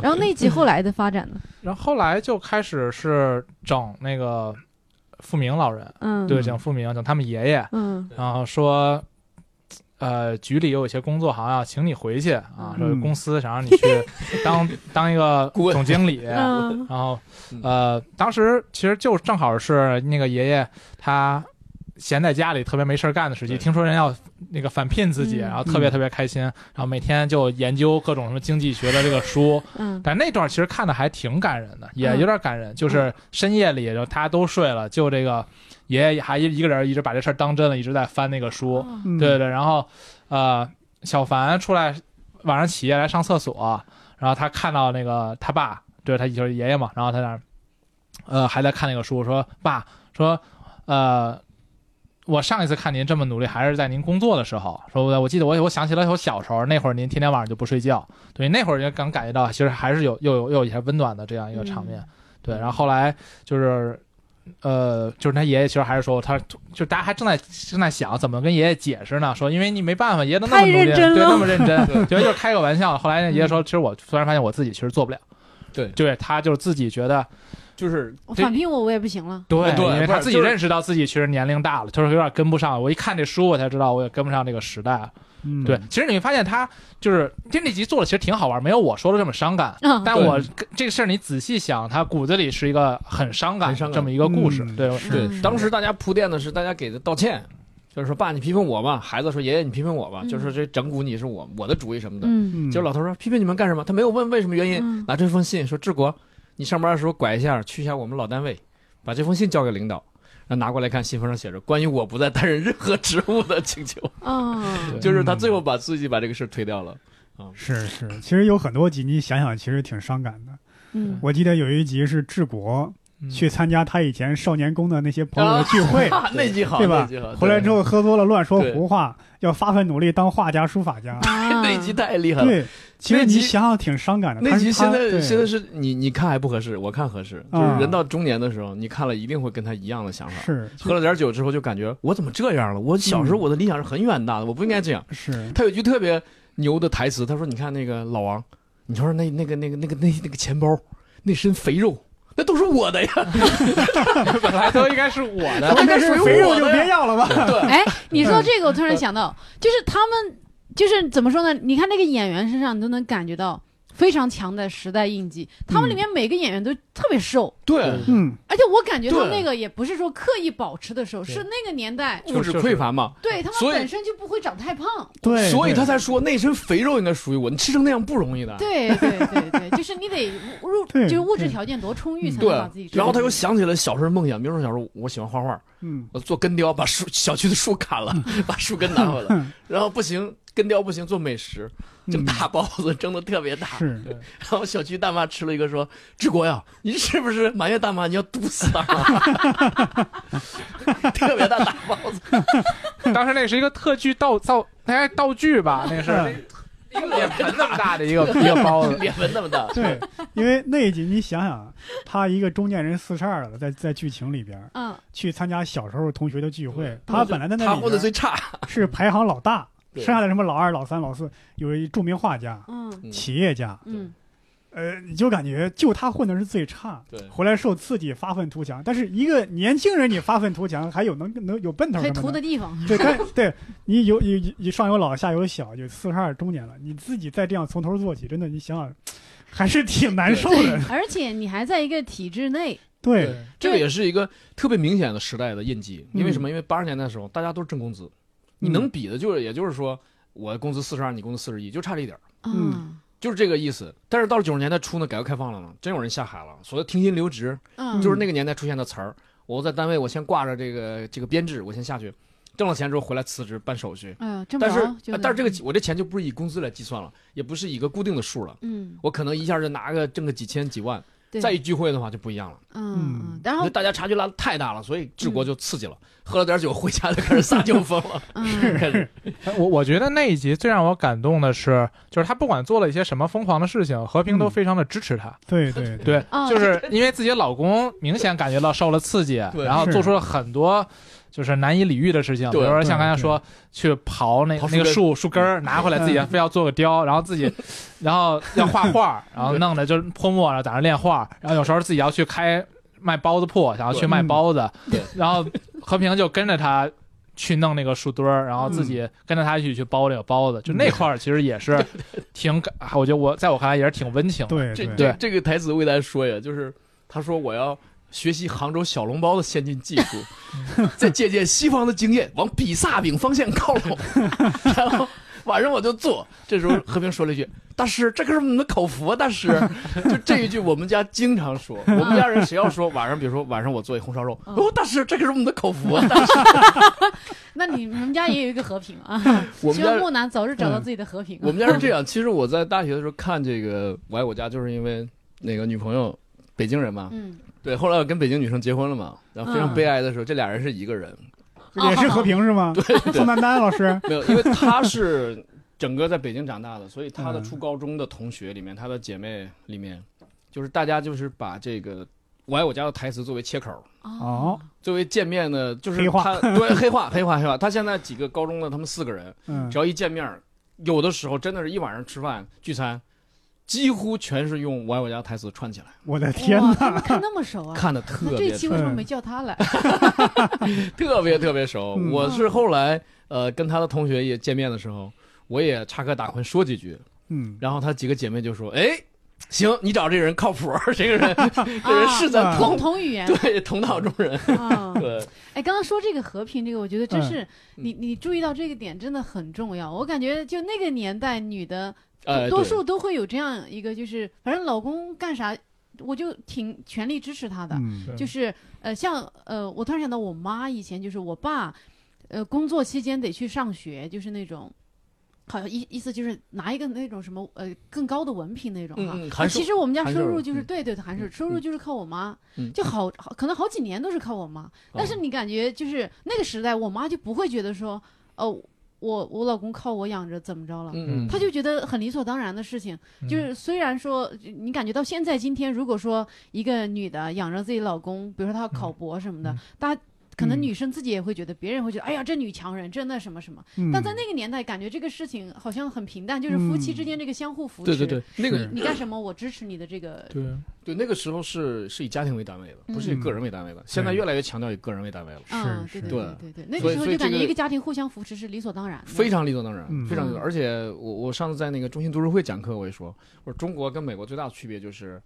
然后那集后来的发展呢？然后后来就开始是整那个富明老人，嗯，对，整富明，整他们爷爷，嗯然后说，呃，局里有一些工作好像要请你回去啊，说嗯公司想让你去 当当一个滚总经理。嗯然后，呃，当时其实就正好是那个爷爷他闲在家里特别没事儿干的时期，对听说人要那个返聘自己，嗯然后特别特别开心，然后每天就研究各种什么经济学的这个书，嗯但那段其实看的还挺感人的，也嗯有点感人，就是深夜里就大家都睡了，就这个爷爷还一一个人一直把这事儿当真了，一直在翻那个书，哦嗯对对对，然后呃，小凡出来晚上起夜来上厕所，然后他看到那个他爸，对他就是爷爷嘛，然后他那儿呃还在看那个书，说爸说呃。我上一次看您这么努力，还是在您工作的时候。说我我记得我我想起了我小时候那会儿，您天天晚上就不睡觉，对，那会儿也刚感觉到，其实还是有又有又有一些温暖的这样一个场面。嗯对，然后后来就是，呃，就是他爷爷其实还是说他，就大家还正在正在想怎么跟爷爷解释呢，说因为你没办法，爷爷都那么太努力，认真对，了那么认真，觉得就是开个玩笑。后来那爷爷说，其实我突然发现我自己其实做不了，对对他就是自己觉得就是我这反聘我我也不行 了，对对因为他不是自己就是认识到自己其实年龄大了，就是有点跟不上。我一看这书，我才知道我也跟不上这个时代了。嗯，对，其实你会发现他就是这那集做的其实挺好玩，没有我说的这么伤感。嗯，但对我跟这个事儿你仔细想，他骨子里是一个很伤感很伤感这么一个故事。嗯对，是对嗯，当时大家铺垫的是大家给的道歉，就是说爸你批评我吧，孩子说爷爷你批评我吧，嗯就是这整蛊你是我我的主意什么的。嗯嗯，结果老头说批评你们干什么？他没有问为什么原因，嗯拿这封信说志国，你上班的时候拐一下去一下我们老单位，把这封信交给领导。然后拿过来看，信封上写着“关于我不再担任任何职务的请求啊”，对就是他最后把自己把这个事儿推掉了。是是，其实有很多集你想想，其实挺伤感的。 嗯，我记得有一集是治国嗯去参加他以前少年宫的那些朋友的聚会，啊 那集好，对吧那集好，回来之后喝多了乱说对胡话，要发奋努力当画家、书法 家。对啊 那集太厉害了。对，其实那你集想想挺伤感的。那他集他现在对现在是你你看还不合适，我看合适。就是啊人到中年的时候，你看了一定会跟他一样的想法。是喝了点酒之后就感觉我怎么这样了？我小时候嗯我的理想是很远大的，我不应该这样。是，他有一句特别牛的台词，他说：“你看那个老王，你瞅瞅那那个那个那个那那个钱包，那身肥肉，那都是我的呀。本来都应该是我 的，那属于肥肉我就的别要了 吧。哎，你说这个，我突然想到，就是他们，就是怎么说呢？你看那个演员身上，你都能感觉到非常强的时代印记。他们里面每个演员都特别瘦，”对，嗯，而且我感觉他们对那个也不是说刻意保持的瘦，对是那个年代，物质匮乏嘛，对他们所以本身就不会长太胖。对，所以对他才说那身肥肉应该属于我，你吃成那样不容易的。对对对对，就是你得入，对就是物质对条件多充裕才能对把自己。，然后他又想起了小时候梦想，比如说小时候我喜欢画画，嗯我做根雕，把树 小区的树 砍了，把树根拿回来， 然后不行，根雕不行，做美食，蒸嗯大包子蒸的特别大，是然后小区大妈吃了一个说：“志国呀，你是不是满月大妈？你要毒死大妈？” 特别大大包 子，当时那是一个特具道造，大概道具 吧，那是嗯一个脸盆那么大的一 个一个包子。脸纹那么大，对，因为那一集你想想，他一个中年人四十二了，在在剧情里边嗯，去参加小时候同学的聚会对，他本来在那他里混的最边差。是排行老大，对剩下的什么老二、老三、老四，有一著名画家、嗯企业家，嗯，呃，你就感觉就他混的是最差。对回来受刺激，发愤图强。但是一个年轻人，你发愤图强，还有能能有奔头可以什涂么的地方。 对，但对你有有有上有老下有小，有四十二中年了，你自己再这样从头做起，真的你想想，还是挺难受的。 而且你还在一个体制 内，对，这个也是一个特别明显的时代的印记。因为嗯什么？因为八十年代的时候，大家都是挣工资，你能比的就是，也就是说，我工资四十二，你工资四十一，就差这一点儿。嗯就是这个意思，但是到了九十年代初呢，改革开放了呢，真有人下海了。所谓停薪留职，嗯，就是那个年代出现的词儿。我在单位，我先挂着这个这个编制，我先下去，挣了钱之后回来辞职办手续，嗯，挣不但是着就呃但是这个我这钱就不是以工资来计算了，也不是一个固定的数了，嗯，我可能一下就拿个挣个几千几万，对，再一聚会的话就不一样了，嗯嗯，然因后为大家差距拉得太大了，所以治国就刺激了，喝了点酒回家就开始撒酒疯了，嗯 开始哎我我觉得那一集最让我感动的是，就是他不管做了一些什么疯狂的事情，和平都嗯非常的支持他。对对对，对， 啊就是因为自己老公明显感觉到受了刺激，对然后做出了很多就是难以理喻的事情，比对如说像刚才说去刨那刨那个树树树根儿，拿回来自己嗯非要做个雕，然后 自己然后要画画，然后对弄的就是泼墨，然后在那练画，然后有时候自己要去开卖包子铺，想要去对卖包子嗯对，然后和平就跟着他。去弄那个树墩儿，然后自己跟着他一起去包这个包子，就嗯那块儿其实也是挺感，啊我觉得我在我看来也是挺温情的。对这对这这个台词我给大家说呀，就是他说我要。学习杭州小笼包的先进技术， 再借鉴西方的经验，往比萨饼方向靠 拢。然后晚上我就做，这时候和平说了一句：“大师，这可是我们的口福啊！”大 师，就这一句我们家经常说，我们家人谁要说晚上，比如说晚上我做一红烧肉，嗯哦，大师，这可是我们的口福 啊！大师，那你们家也有一个和平啊， 我们希家嗯望木南早日找到自己的 和平啊。我们家是这样，其实我在大学的时候看这个《我爱我家》，就是因为那个女朋友北京人嘛，嗯 对，后来我跟北京女生结婚了嘛，然后非常嗯悲哀的时候，这俩人是一个人，也啊是和平是吗？对对宋丹丹老师，没有，因为她是整个在北京长大的，所以她的嗯初高中的同学里面，她的姐妹里面，就是大家就是把这个“我爱我家”的台词作为切口，哦，作为见面呢，就是黑化她对黑化黑化黑化。她现在几个高中的，他们四个人，嗯只，要一见面，有的时候真的是一晚上吃饭聚餐，几乎全是用“我爱我家”台词串起来，我的天哇哪，他们看那么熟啊！看的特那别这一期为什么没叫他 来？特别特别熟。嗯我是后来呃跟她的同学也见面的时候，我也插科打诨说几句，嗯，然后她几个姐妹就说：“哎，行，你找这人靠谱，这个人这人是咱 啊共同、啊同语言对同道中 人。啊”！对，哎，刚刚说这个和平，这个我觉得真是嗯你你注意到这个点真的很重要。我感觉就那个年代，女的呃，多对数都会有这样一个，就是反正老公干啥，我就挺全力支持他的。嗯对就是呃，像呃，我突然想到我妈以前就是我爸，呃，工作期间得去上学，就是那种，好像意意思就是拿一个那种什么呃更高的文凭那种嗯哈。嗯，韩呃其叔实我们家函收授入就是嗯对对的函授，收入就是靠我妈嗯，哦就好好可能好几年都是靠我妈。但是你感觉就是那个时代，我妈就不会觉得说，哦，我我老公靠我养着怎么着了。嗯嗯，她就觉得很理所当然的事情，嗯就是虽然说就你感觉到现在今天，如果说一个女的养着自己老公，比如说她要考博什么的嗯，大家可能嗯女生自己也会觉得，别人会觉得，哎呀，这女强人，这那什么什么。嗯但在那个年代，感觉这个事情好像很平淡，就是夫妻之间这个相互扶持。嗯对对对，那个是你干什么，我支持你的这个。对，对那个时候是是以家庭为单位的，不是以嗯个人为单位的。现在对越来越强调以个人为单位了，嗯，是对是对对对，那所个以时候所以就感觉这个一个家庭互相扶持是理所当然的。非常理所当然，嗯非常理所。嗯而且我我上次在那个中心读书会讲课，我也说，我说中国跟美国最大的区别就是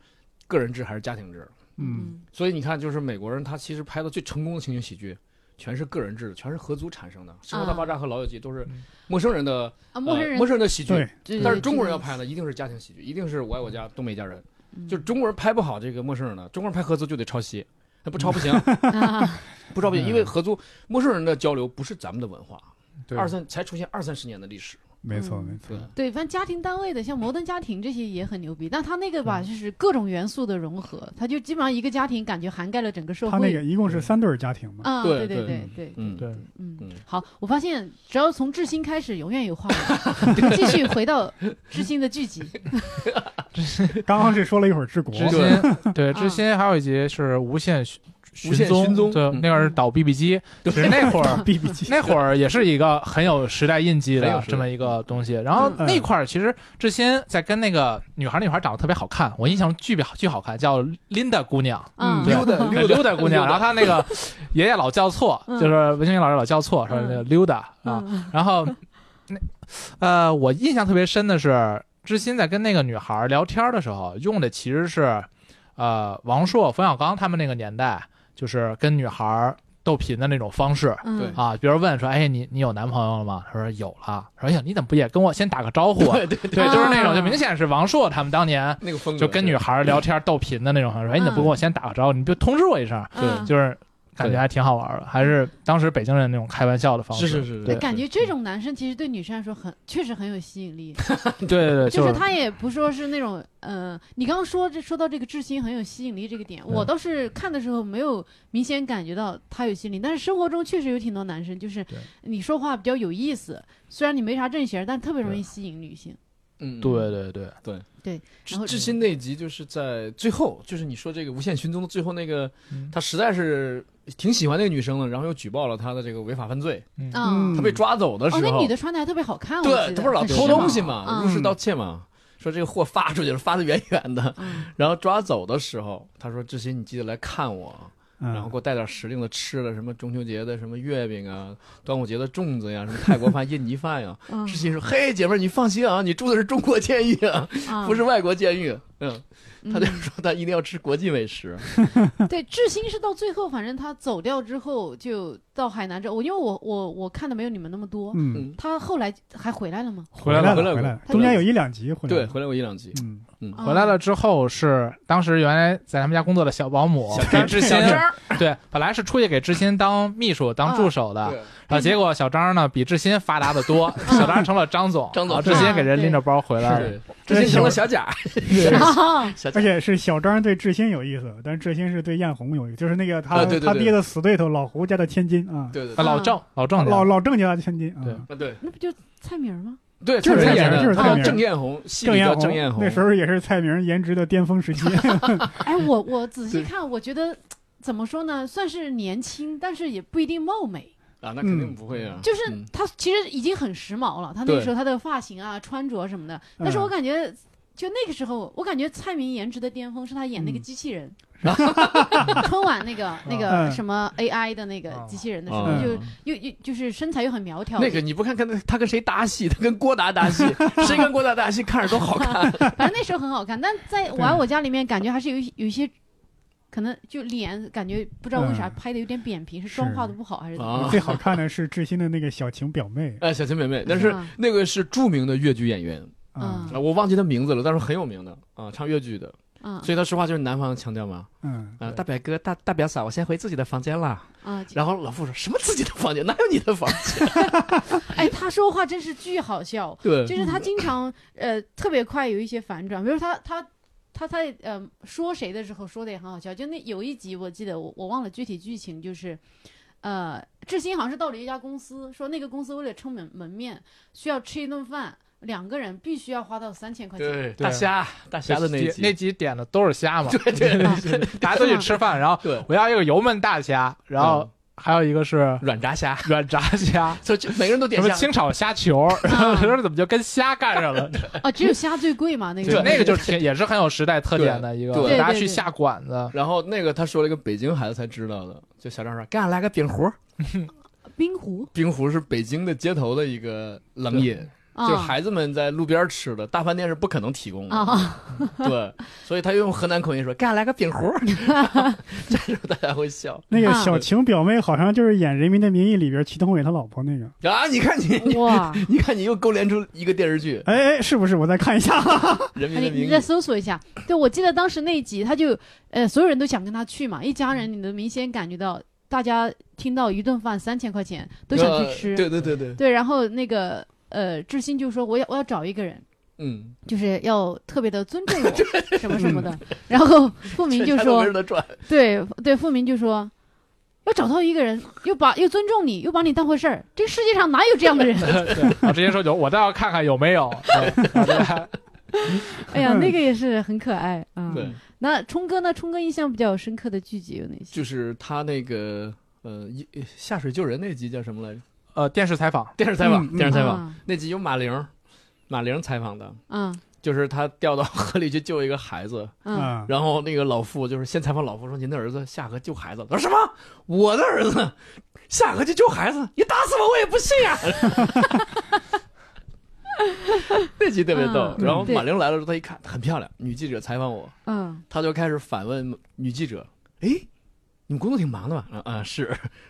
个人制还是家庭制。嗯嗯，所以你看，就是美国人他其实拍的最成功的情景喜剧，全是个人制的，全是合租产生的，《生活大爆炸》和《老友记》都是嗯陌生人的啊，呃陌生人，陌生人的喜剧。对，对对但对是中国人要这拍个的一定是家庭喜剧，一定是我爱我家，东北一家人。嗯就是中国人拍不好这个陌生人的，中国人拍合租就得抄袭，那不抄不行，啊，不抄不行，嗯因为合租陌生人的交流不是咱们的文化，对二三才出现二三十年的历史。没错嗯没错对，对，反正家庭单位的，像摩登家庭这些也很牛逼，但他那个嗯吧，就是各种元素的融合，他就基本上一个家庭感觉涵盖了整个社他那会。个一共是三对儿家庭嘛，啊，对对对对对对嗯对对，嗯嗯，好，我发现只要从志新开始，永远有 话聊。继续回到志新的剧集，刚刚是说了一会儿治国，知心对知心还有一集是无限寻啊无限踪，寻踪对，嗯那个是倒 BB 机，对就是那会儿 B B 机，那会儿也是一个很有时代印记很有的时代这么一个东西。然后嗯那块儿其实志新在跟那个女孩，那女孩长得特别好看，我印象中巨别巨好看，叫 Linda 姑娘。嗯，对溜啊达那个溜达姑娘，然后她那个爷爷老叫错，嗯就是文清老师老叫错，说那个溜达啊。嗯然后那呃，我印象特别深的是，知心在跟那个女孩聊天的时候用的其实是呃王朔、冯小刚他们那个年代，就是跟女孩斗贫的那种方式。嗯，啊，比如问说，哎，你你有男朋友了吗？他说有了。说，哎呀，你怎么不也跟我先打个招呼啊？对对对，对，就是那种，就啊明显是王朔他们当年那个风格就跟女孩聊天斗贫的那种方式。哎，你怎么不跟我先打个招呼？你就通知我一声。嗯就是感觉还挺好玩的，还是当时北京人那种开玩笑的方式。是是是，对对，感觉这种男生其实对女生来说很确实很有吸引 力，对对对，就是是他也不说是那种，呃，你刚刚说这说到这个志新很有吸引力这个点，嗯我倒是看的时候没有明显感觉到他有吸引力，但是生活中确实有挺多男生，就是对你说话比较有意思，虽然你没啥正形儿，但特别容易对吸引女性。嗯对对对，然后志志新那集就是在最后，就是你说这个无限寻踪的最后那个，嗯他实在是挺喜欢那个女生的，然后又举报了她的这个违法犯罪，嗯啊，嗯他被抓走的时哦，那候，女的穿的还特别好看，我对记得他不是老很偷时髦东西嘛，嗯入室盗窃嘛，说这个货发出去了，发的远远的， 嗯然后抓走的时候，他说志新你记得来看我，然后嗯给我带点时令的吃的，什么中秋节的什么月饼啊，端午节的粽子呀，什么泰国 饭、印尼饭呀。嗯志新说：“嘿，姐妹儿，你放心啊，你住的是中国监狱啊，啊不是外国监狱。”嗯，他就嗯说他一定要吃国际美食。对，志新是到最后，反正他走掉之后就到海南这，我因为我我我看的没有你们那么多，嗯，嗯，他后来还回来了吗？回来来了了回来了回来了，他中间有就一两集回来对，了，回来过一两集。嗯，嗯，回来啊了之后是当时原来在他们家工作的小保姆嗯跟小张知心小，张，对，本来是出去给知心当秘书嗯当助手的，对，然后结嗯果小张呢比知心发达的多，小张成了张总， 张总啊知心给人拎着包回来了。是这形成了小贾，啊，小贾嗯而且是小张对志新有意思，但是志新是对艳红有意思，就是那个他、啊 对对对他爹的死对头老胡家的千金啊，对对啊，老嗯郑，老郑家，老老郑家的千金啊，对啊对 那不就蔡明吗？对，就是他蔡演明的就是蔡叫明郑艳红，戏郑里艳叫红郑艳红，那时候也是蔡明颜值的巅峰时 期， 哎，我我仔细对看，我觉得 怎么说呢，算是年轻，但是也不一定貌美。啊，那肯定不会啊，就是嗯他其实已经很时髦了，他那对个时候他的发型啊、穿着什么的，但是我感觉。就那个时候，我感觉蔡明颜值的巅峰是他演那个嗯机器人， 春晚那个那个嗯什么 AI 的那个机器人的时候，嗯就又又就是身材又很苗条，哦那个你不看看他他跟谁搭戏，他跟郭达搭 戏，谁跟郭达搭戏看着都好看。反正那时候很好看。但在我爱我家里面，感觉还是有一有一些，可能就脸感觉不知道为啥嗯拍的有点扁平，是妆化的不好还是怎么啊样？最好看的是志新的那个小晴表妹哎，小秦妹妹，但是啊那个是著名的越剧演员啊，啊，我忘记他名字了，但是很有名的啊，唱越剧的，啊所以他说话就是南方腔调嘛。嗯，啊，大表哥、大大表嫂，我先回自己的房间啦。 啊！然后老傅说什么自己的房间，哪有你的 房间？哎，他说话真是巨好笑，对就是他经常呃特别快有一些反转，比如他他他他呃说谁的时候说的也很好笑，就那有一集我记得我我忘了具体剧情，就是呃志新好像是到了一家公司，说那个公司为了撑门门面需要吃一顿饭，两个人必须要花到三千块钱。对，大虾大虾的那一集， 那集点的都是虾嘛，对对啊大家都去吃饭，然后对，我要一个油焖大虾，然后嗯还有一个是 软炸虾，软炸 虾，所以就每个人都什点么虾。清炒虾球，然嗯 后我说怎么就跟虾干上了？啊，只有虾最贵嘛，那对，个那个就是挺也是很有时代特点的一个，对对大家对去对下馆子，然后那个他说了一个北京孩子才知道的，就小张说干来个冰壶，冰壶冰壶是北京的街头的一个冷饮，啊就是孩子们在路边吃的，大饭店是不可能提供 的。啊，对，所以他用河南口音说干来个冰壶， 这时候大家会笑那个小晴表妹好像就是演《人民的名义》里边祁同伟他老婆那个，啊！你看你， 哇！你看你又勾连出一个电视剧《哎哎，是不是？我再看一下，人民你啊哎的名你义再》，搜索一下，对我记得当时那一集，他就呃，所有人都想跟他去嘛，一家人，你能明显感觉到大家听到一顿饭三千块钱都想去吃，呃对对对对，对然后那个呃，志新就说我要我要找一个人，嗯，就是要特别的尊重 我什么什么的，然后付明就嗯全家都说围着他转，对对，付明就说。要找到一个人，又把又尊重你，又把你当回事儿，这世界上哪有这样的人？对，然后直接说有，我倒要看看有没有。对然后大家 哎 呀，那个也是很可爱啊。对，那冲哥呢？冲哥印象比较深刻的剧集有哪些？就是他那个呃一下水救人那集叫什么来着？呃，电视采访，电视采访，嗯嗯电视采访、啊那集有马玲，马玲采访的，嗯就是他掉到河里去救一个孩子，嗯，啊，然后那个老傅就是先采访老傅说：“您的儿子下河救孩子。”他说：“什么？我的儿子下河去救孩子？你打死我我也不信啊！” 那集特别逗。嗯然后对马玲来了之后，他一看很漂亮，女记者采访我，嗯他就开始反问女记者：“哎，你们工作挺忙的吧？”啊啊是。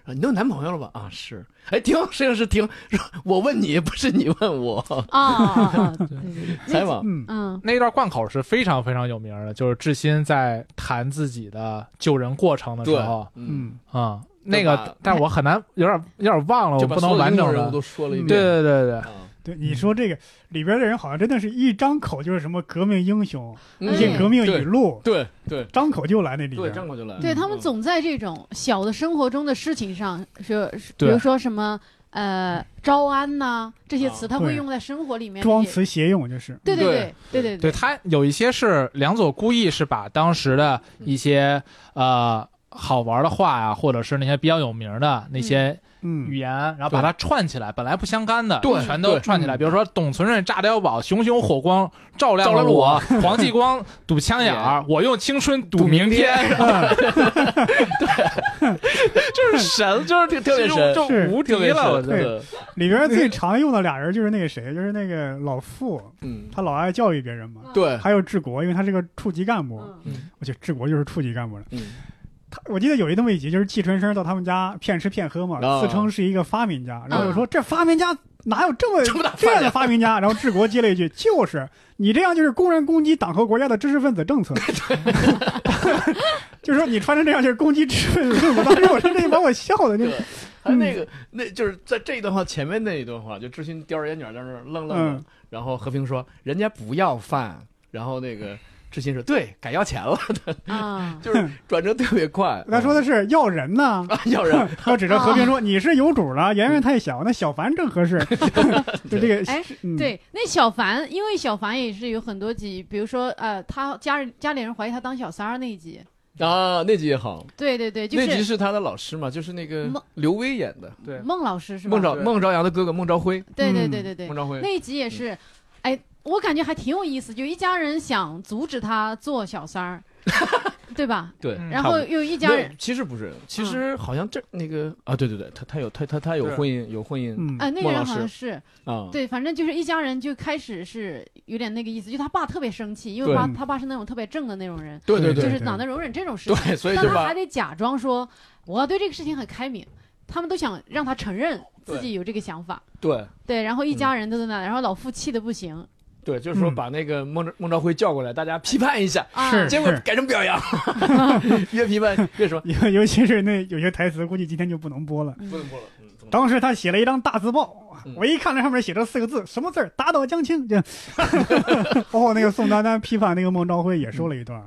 啊你都有男朋友了吧？啊是。哎停，摄影师停，说我问你，不是你问我。啊啊， 对对对，采访嗯嗯那一段贯口是非常非常有名的，就是志新在谈自己的救人过程的时对候，，嗯，嗯，啊、对那个吧，但是我很难，有点有点忘嗯了，我就把不所能有的完英国整人物的。都说了一遍。对对对对，啊对，你说这个里边的人好像真的是一张口就是什么革命英雄，嗯一些革命语录，对对张口就来那里对，边，张口就来。对他们嗯总在这种小的生活中的事情上，说是比对如说什么呃招安呐这些啊词，他会对用在生活里面。装这些词谐用就是，对对对对对对，他有一些是梁左故意是把当时的一些呃好玩的话呀、或者是那些比较有名的那些嗯语言，然后把它串起来，本来不相干的，对全都对串起来。嗯比如说董存瑞炸碉堡，熊熊火光照亮照了亮了我， 黄继光堵枪眼儿，我用青春赌明天， 就是神，就是特特别神就是无敌特别了，我是觉对得。的，里边最常用的俩人就是那个谁，就是那个老傅，嗯，他老爱教育别人嘛。对，还有治国，因为他是个处级干部，嗯我觉得治国就是处级干部了。嗯，他我记得有一那么一集，就是季春生到他们家骗吃骗喝嘛，啊自称是一个发明家，然后嗯我说、这发明家哪有这么这 么大这发样的展，发明家？然后治国接了一句：“就是你这样就是公然攻击党和国家的知识分子政策。” 就是说你穿成这样就是攻击知识分子政策。当时我说这把我笑的，那对他那个那就是在这一段话前面那一段话，就知心叼着烟卷在那儿愣愣的嗯，然后和平说人家不要饭，然后那个知心说对，改要钱了， 啊，就是转折特别快。他说的是是要人呢。啊，要人 他指着和平说：“你是有主了，圆圆太小，那小凡正合适。”就这个，哎嗯，对，那小凡，因为小凡也是有很多集，比如说呃，他家人家里人怀疑他当小三儿那一集，啊，那集也好，对对对，就那集是是他的老师嘛，就是那个孟刘威演的对孟老师是吧？孟朝对孟朝阳的哥哥孟朝辉，对对嗯对对对孟，嗯朝辉那一集也是，哎，我感觉还挺有意思，就一家人想阻止他做小三 儿，对吧？对，嗯然差不后多又一没家有人，其实不是，其实好像这那个啊，对对对，他他有他他他有对婚姻有婚姻嗯哎，那个孟人老好像师是啊，对，反正就是一家人就开始是有点那个意思，就他爸特别生气，因为对他他爸是那种特别正的那种人，对对对就是对哪能容忍这种事情，对，所以但就他把还得假装说我对这个事情很开明，他们都想让他承认自己有这个想法，对对，然后一嗯家人都在那，然后老傅气的不行对，就是说嗯把那个孟兆孟兆辉叫过来，大家批判一下，啊，是结果改成表扬，越批判越说尤尤其是那有些台词，估计今天就不能播了。不能播了，嗯不能播了当时他写了一张大字报嗯，我一看那上面写着四个字，什么字儿？打倒江青。 就包括那个宋丹丹批判那个孟兆辉也说了一嗯段，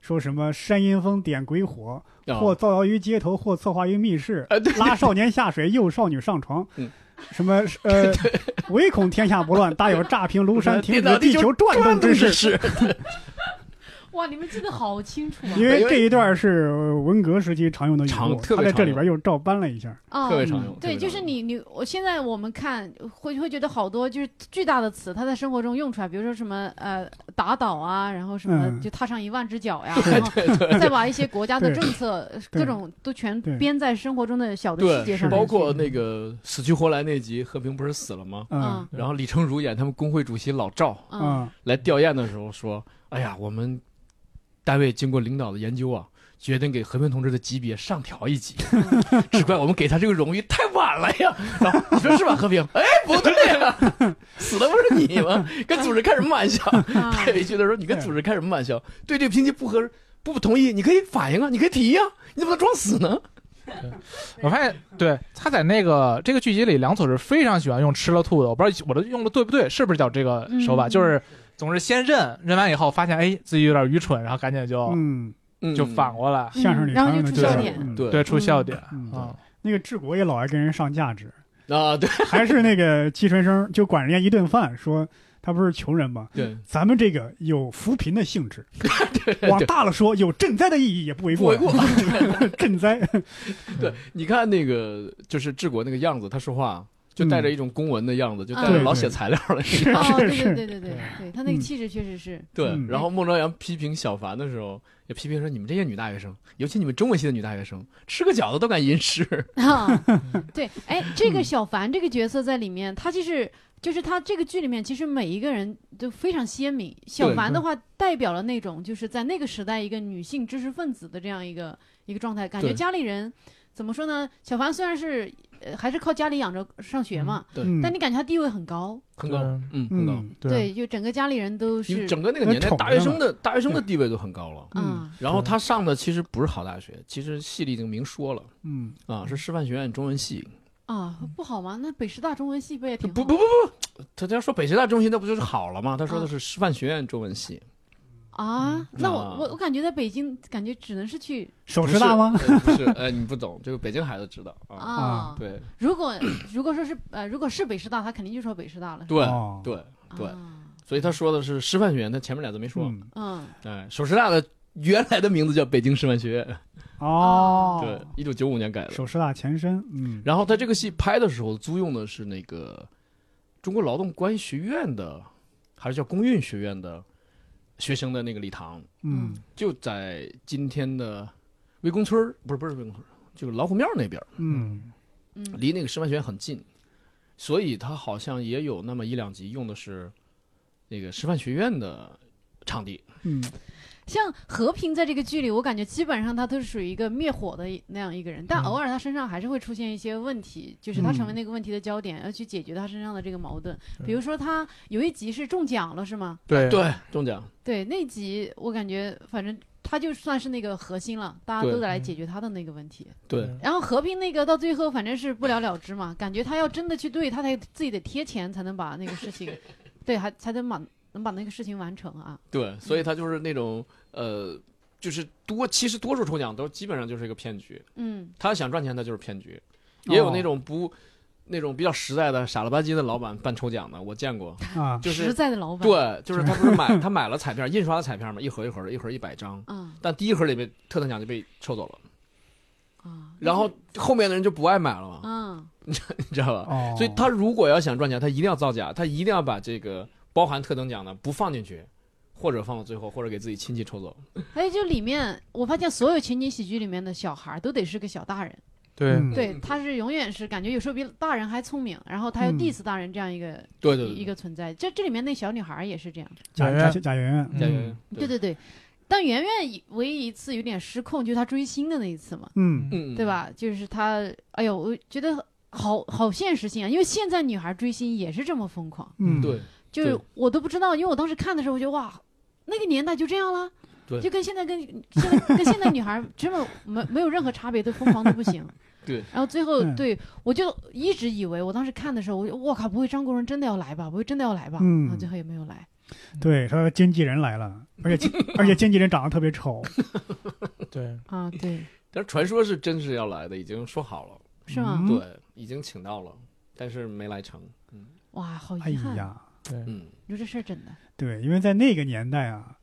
说什么山阴风点鬼火，啊或造谣于街头，或策划于密室，啊对拉少年下水，诱少女上床嗯，什么 呃，唯恐天下不乱，大有炸平庐山、停跌倒止地球转动之势。势，哇，你们记得好清楚啊因为这一段是文革时期常用的语常录，特他在别这常里用边又照搬了一下。啊特别常用。特别对，常就是用你你，我现在我们看会会觉得好多就是巨大的词，他在生活中用出来，比如说什么呃打倒啊，然后什么嗯就踏上一万 只脚呀，然后再把一些国家的政策对各种都全对编在生活中的小的细节对，是上嗯面包去。括那个死去活来那集，和平不是死了吗？嗯嗯然后李成儒演他们工会主席老赵嗯，来吊唁的时候说：“哎呀，我们单位经过领导的研究啊，决定给和平同志的级别上调一级，只怪我们给他这个荣誉太晚了呀。” 然后你说是吧，和平？ 哎，不对啊，死的不是你吗？跟组织开什么玩笑？ 啊太委屈的说：“你跟组织开什么玩笑？对这个评级不合不不同意，你可以反映啊，你可以提呀、你怎么能装死呢？我发现，对他在那个这个剧集里，梁左是非常喜欢用吃了吐的，我不知道我都用的对不对，是不是叫这个手法？嗯就是总是先认，认完以后发现，哎，自己有点愚蠢，然后赶紧就、嗯，嗯就反过来，相声里然后常用就的出这笑种点嗯对对，出笑点嗯啊，那个治国也老爱跟人上价值， 啊，对还是那个季春生就管人家一顿饭，说他不是穷人吗？对，咱们这个有扶贫的性 质，往大了说有赈灾的意义也不为不过为呀。过。” 赈 灾，对，你看那个就是治国那个样子，他说话就带着一种公文的样子，就带着对老嗯对写材料的一是样。哦，对是对对对对对，他那个嗯气质确实是，对，嗯然后孟朝阳批评小凡的时候，也批评说你们这些女大学生，尤其你们中文系的女大学生，吃个饺子都敢吟诗。啊， 对，哎，这个小凡这个角色在里面，他其实就是他这个剧里面，其实每一个人都非常鲜明。小对凡对的话，代表了那种就是在那个时代一个女性知识分子的这样一个一个状态，感觉对家里人怎么说呢？小凡虽然是呃还是靠家里养着上学嘛，嗯但你感觉他地位很高，很高，嗯嗯，很高。嗯，对，对，就整个家里人都因为是整嗯个那个年代，那宠着大学生的大学生的地位都很高了。啊，然后他上的其实不是好大学，其实系里已经明说了嗯，啊，是师范学院中文系。啊，不好吗？那北师大中文系不也挺不好不不不，他他说北师大中心那不就是好了吗？他嗯说的是师范学院中文系，啊？那我啊我我感觉在北京，感觉只能是去手不师大吗？是？呃不是，呃，你不懂，这个北京孩子知道啊。啊，对如果 如果说是呃，如果是北师大，他肯定就说北师大了。对哦对，对啊所以他说的是师范学院，他前面俩字没说。嗯，嗯，哎，首师大的原来的名字叫北京师范学院，哦，对，，一九九五年改的。手师大前身，嗯，然后他这个戏拍的时候租用的是那个中国劳动关系学院的，还是叫工运学院的学生的那个礼堂，嗯就在今天的魏公村儿不是不是魏公村儿，就老虎庙那边儿，嗯嗯离那个师范学院很近，所以他好像也有那么一两集用的是那个师范学院的场地。嗯，像和平在这个剧里，我感觉基本上他都是属于一个灭火的一那样一个人，但嗯偶尔他身上还是会出现一些问题，就是他成为嗯那个问题的焦点，要去解决他身上的这个矛盾。对比如说他有一集是中奖了，是吗？对对，中奖对，那集我感觉反正。他就算是那个核心了，大家对都在来嗯解决他的那个问题。对，然后和平那个到最后反正是不了了之嘛，感觉他要真的去对，他才自己得贴钱才能把那个事情，对，还才能把能把那个事情完成啊。对，所以他就是那种呃，就是多其实多数抽奖都基本上就是一个骗局，嗯，他想赚钱他就是骗局，也哦有那种不、那种比较实在的傻了吧唧的老板办抽奖的，我见过，啊，就实是在的老板。对，就是他不是买他买了彩票，印刷的彩票嘛，一盒一盒的，一盒一百张，啊但第一盒里面特等奖就被抽走了，啊，然后后面的人就不爱买了嘛，嗯你知道吧？哦，所以他如果要想赚钱，他一定要造假，他一定要把这个包含特等奖的不放进去，或者放到最后，或者给自己亲戚抽走。还哎有就里面我发现所有情景喜剧里面的小孩儿都得是个小大人，对嗯对，他是永远是感觉有时候比大人还聪明，然后他又嗯 diss 大人这样一个对对一对个存在。这这里面那小女孩儿也是这样。贾贾贾贾圆圆，对，加油！嗯对，对对，但圆圆一唯一一次有点失控，就是她追星的那一次嘛，嗯，嗯，对？吧？就是她，哎呦，我觉得好好现实性啊，因为现在女孩追星也是这么疯狂，嗯，对，就是对我都不知道，因为我当时看的时候，我觉得哇，那个年代就这样了，对。就跟现在跟现在跟现在女孩真的没没有任何差别，都疯狂的不行 对，然后最后嗯对我就一直以为，我当时看的时候，我就我靠，不会张国荣真的要来吧？不会真的要来吧？嗯然后最后也没有来。对，他经纪人来了，而且经 而且经纪人长得特别丑，对，啊，对，但是传说是真是要来的，已经说好了，是吗？嗯对，已经请到了，但是没来成。哇，好哎遗憾。呀，嗯，你说这事儿整的，对，因为在那个年代啊，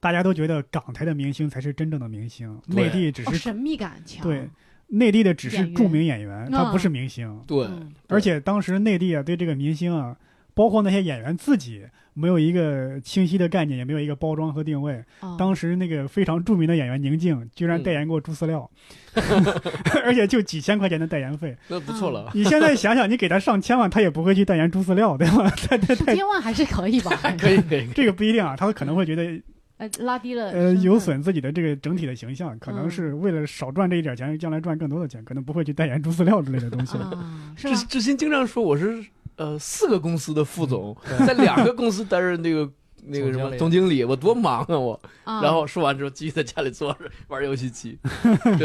大家都觉得港台的明星才是真正的明星，对内地只哦，是神秘感强。对，内地的只是演员著名演员，他不是明星。对，嗯而且当时内地啊，对这个明星啊，包括那些演员自己，没有一个清晰的概念，也没有一个包装和定位。哦、当时那个非常著名的演员宁静，居嗯然代言过猪饲 料，而且就几千块钱的代言费。那不错嗯 了。你现在想想，你给他上千万，他也不会去代言猪饲料，对吧？他他十千万还是可以吧？可以 可以，这个不一定啊，他可能会觉得呃，拉低了呃身有份损自己的这个整体的形象，可能是为了少赚这一点钱，将来赚更多的钱，可能不会去代言猪饲料之类的东 西。啊，是志吧？志新经常说我是呃四个公司的副总，嗯 在两个公司担任那个。那个什么总经理，我多忙啊我！啊，然后说完之后，继续在家里坐着玩游戏机。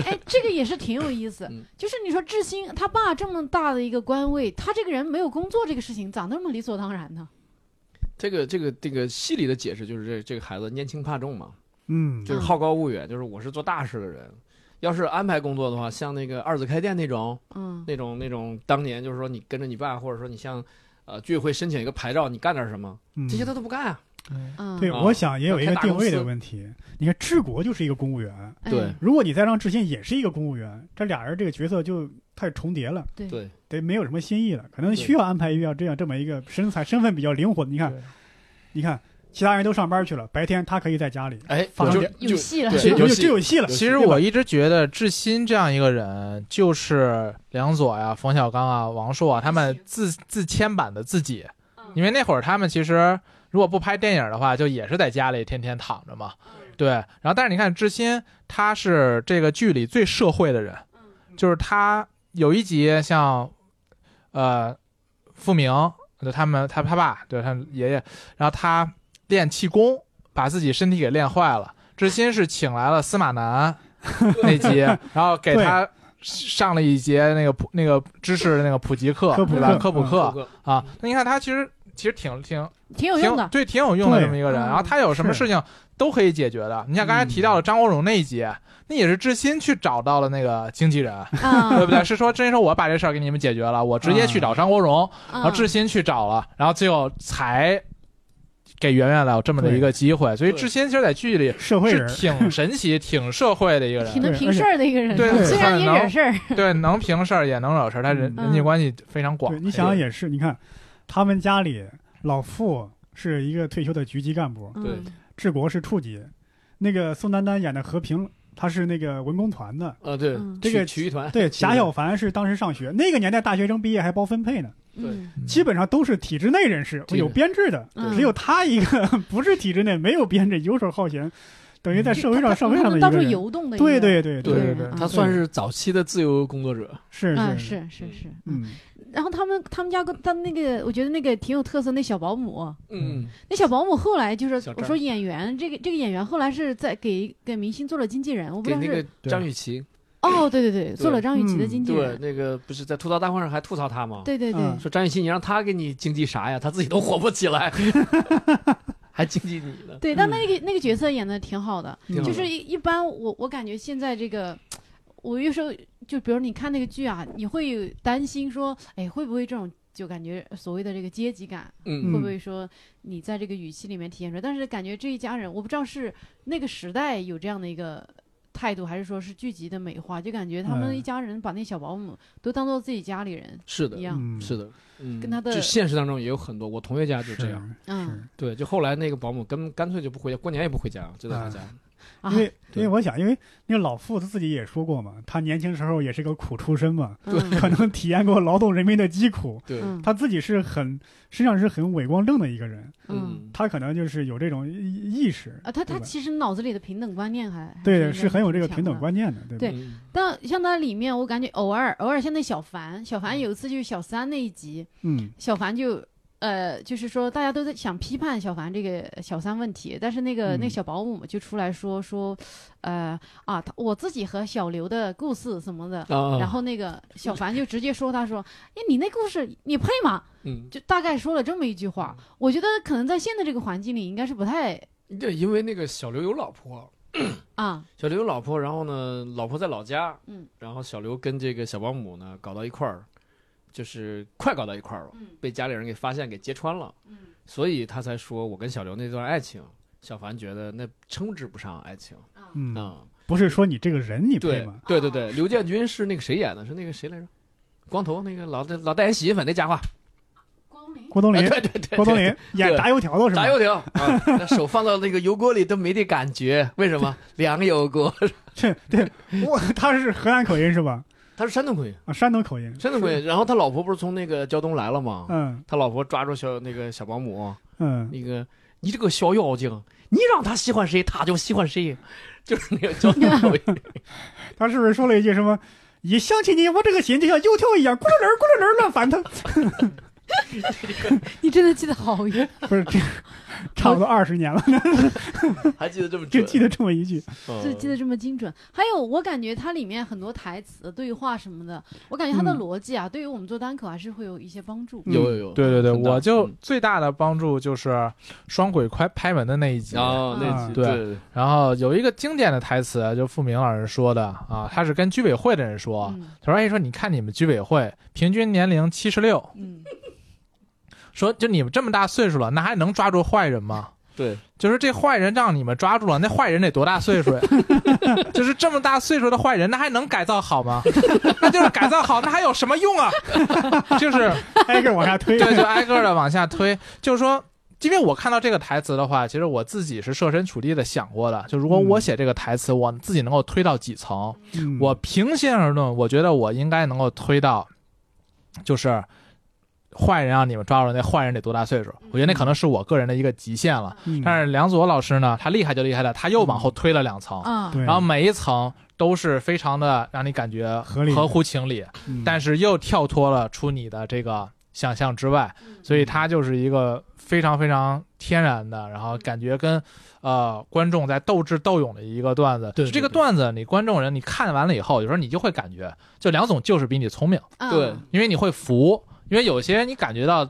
哎，这个也是挺有意思嗯。就是你说志新他爸这么大的一个官位，他这个人没有工作这个事情，咋那么理所当然呢？这个这个这个戏里的解释就是这这个孩子年轻怕重嘛，嗯，就是好高骛远，就是我是做大事的人。要是安排工作的话，像那个二子开店那种，嗯那种那种当年就是说你跟着你爸，或者说你像呃居委会申请一个牌照，你干点什么，嗯这些他都不干啊。嗯，对，啊我想也有一开个大定公位的司问题。你看，治国就是一个公务员，哎对如果你再让智信也是一个公务员，这俩人这个角色就太重叠了，对对得没有什么新意了。可能对需要安排一个这样这么一个身材身份比较灵活的。你看，你看，其他人都上班去了，白天他可以在家里，哎，反就正有戏了对这是吧就有就戏就有戏了。其实对吧我一直觉得志新这样一个人，就是梁左呀、冯小刚啊、王朔啊他们自自谦版的自己，因为那会儿他们其实如果不拍电影的话，就也是在家里天天躺着嘛。对，然后但是你看志新，他是这个剧里最社会的人，嗯就是他有一集像，呃，傅明，就他们他他爸，对他爷爷，然后他练气功，把自己身体给练坏了。志新是请来了司马南 那集，然后给他上了一节那个普那个知识的那个普及课，科普对吧？课科普嗯课、哥啊，那你看他其实其实挺挺挺有用挺的。对，挺有用的对这么一个人。嗯然后他有什么是嗯事情都可以解决的。你像刚才提到的张国荣那一集，那也是志新去找到了那个经纪人，啊， 对不对？是说志新说我把这事儿给你们解决了，我直接去找张国荣，然啊后志新去找了，然后最后才给圆圆了有这么的一个机会。所以对志新其实在剧里社会是人，挺 神奇、挺社会的一个挺人，能对平而且事儿的一个人，啊对虽然也很能惹事儿，对，能平事儿也能惹事儿，他人嗯人际关系非常广对，。你想哎想也是，你看他们家里老傅是一个退休的局级干部，对嗯治国是处级，那个宋丹丹演的和平，他是那个文工团的。啊，对嗯，这个曲艺团， 对，贾小凡是当时上学，那个年代大学生毕业还包分配呢，嗯基本上都是体制内人士，对有编制的，嗯只有他一个 不是体制内，没有编制，游手好闲，等嗯于在社会上上位上的一到个处人。游动的一个对人，对对对对对啊他算是早期的自由工作者。是嗯是是是是，嗯，然后他们他们家跟他那个，我觉得那个挺有特色，那小保姆，嗯，那小保姆后来就是小张我说演员，这个这个演员后来是在给给明星做了经纪人，我不知给道那是、嗯个张雨绮，哦，对对对，做了张雨绮的经纪对人，，那个不是在吐槽大会上还吐槽她吗？对对对，嗯说张雨绮，你让她给你经济啥呀？她自己都火不起来， 还经济你呢？对，但那个、那个角色演的挺好的，嗯挺好就的是一一般我我感觉现在这个，我有时候就比如你看那个剧啊，你会担心说，哎，会不会这种就感觉所谓的这个阶级感，嗯会不会说你在这个语气里面体现出来？但是感觉这一家人，我不知道是那个时代有这样的一个。态度还是说是剧集的美化，就感觉他们嗯一家人把那小保姆都当做自己家里人是一的，样，嗯，是的，嗯，跟她的就现实当中也有很多，我同学家就是这样，，嗯对，就后来那个保姆跟干脆就不回家，过年也不回家，就在他家，啊因，为因对为我想，因为那个老傅他自己也说过嘛，他年轻时候也是个苦出身嘛，嗯可能体验过劳动人民的疾苦，对，嗯他自己是很实际上是很伪光正的一个人，嗯他可能就是有这种意意识，啊，他他对吧其实脑子里的平等观念还还对，应是该很有这个挺平等强的观念的，对吧？对嗯但像它里面，我感觉偶尔偶尔像那小凡，小凡有一次就是小三那一集，嗯小凡就呃，就是说大家都在想批判小凡这个小三问题，但是那个、嗯那个小保姆就出来说说，呃啊，他我自己和小刘的故事什么的。哦啊，然后那个小凡就直接说：“他说，哎，你那故事你配吗？”嗯，就大概说了这么一句话。嗯我觉得可能在现在这个环境里，应该是不太对，因为那个小刘有老婆，啊，小刘有老婆，然后呢，老婆在老家，嗯，然后小刘跟这个小保姆呢搞到一块儿，就是快搞到一块儿了，嗯被家里人给发现给揭穿了，嗯所以他才说我跟小刘那段爱情，小凡觉得那称之不上爱情啊嗯，啊、不是说你这个人你配对吗？对对对，刘建军是那个谁演的？是那个谁来着？光头那个老戴老代言洗衣粉那家伙，光临郭冬哎临，对对对，郭冬临演对炸油条的是吗炸？油条啊，那手放到那个油锅里都没得感觉，为 什么？凉油锅，这 对，我他是河南口音是吧？他是山东口音，啊，山东口音，山东口音。然后他老婆不是从那个胶东来了吗？嗯他老婆抓住小那个小保姆，嗯，那个你这个小妖精，你让他喜欢谁，他就喜欢谁， 就是那个交通口音。他是不是说了一句什么？一想起你，我这个心就像油条一样咕噜噜咕噜噜乱翻腾。 你真的记得好远。不是，这差不多二十年 了，还记得这么就准？记得这么一句。嗯就记得这么精准。还有，我感觉它里面很多台词、对话什么的，我感觉它的嗯逻辑啊，对于我们做单口还是会有一些帮助。嗯有有有，对对对，很大我就嗯最大的帮助就是双轨快拍门的那一集。嗯啊，那啊集对对然后有一个经典的台词，就付明老师说的啊，他是跟居委会的人啊说，嗯他说：“哎，说你看你们居委会平均年龄七十六，嗯，说就你们这么大岁数了，那还能抓住坏人吗？对，就是这坏人让你们抓住了，那坏人得多大岁数呀？ 就是这么大岁数的坏人，那还能改造好吗？那就是改造好，那还有什么用啊？就是挨个往下推。对，就挨个的往下推，就是说。因为我看到这个台词的话，其实我自己是设身处地的想过的。就如果我写这个台词，我自己能够推到几层？ 嗯我平心而论，我觉得我应该能够推到，就是坏人让你们抓住那坏人得多大岁数？我觉得那可能是我个人的一个极限了。嗯但是梁左老师呢，他厉害就厉害了，他又往后推了两嗯层，啊，对，然后每一层都是非常的让你感觉合理合乎情理，嗯但是又跳脱了出你的这个想象之外，所嗯以它就是一个非常非常天然的，然后感觉跟呃观众在斗智斗勇的一个段子。对对这个对段子，你观众人你看完了以后，有时候你就会感觉，就梁总就是比你聪明，啊对因为你会服，因为有些人你感觉到。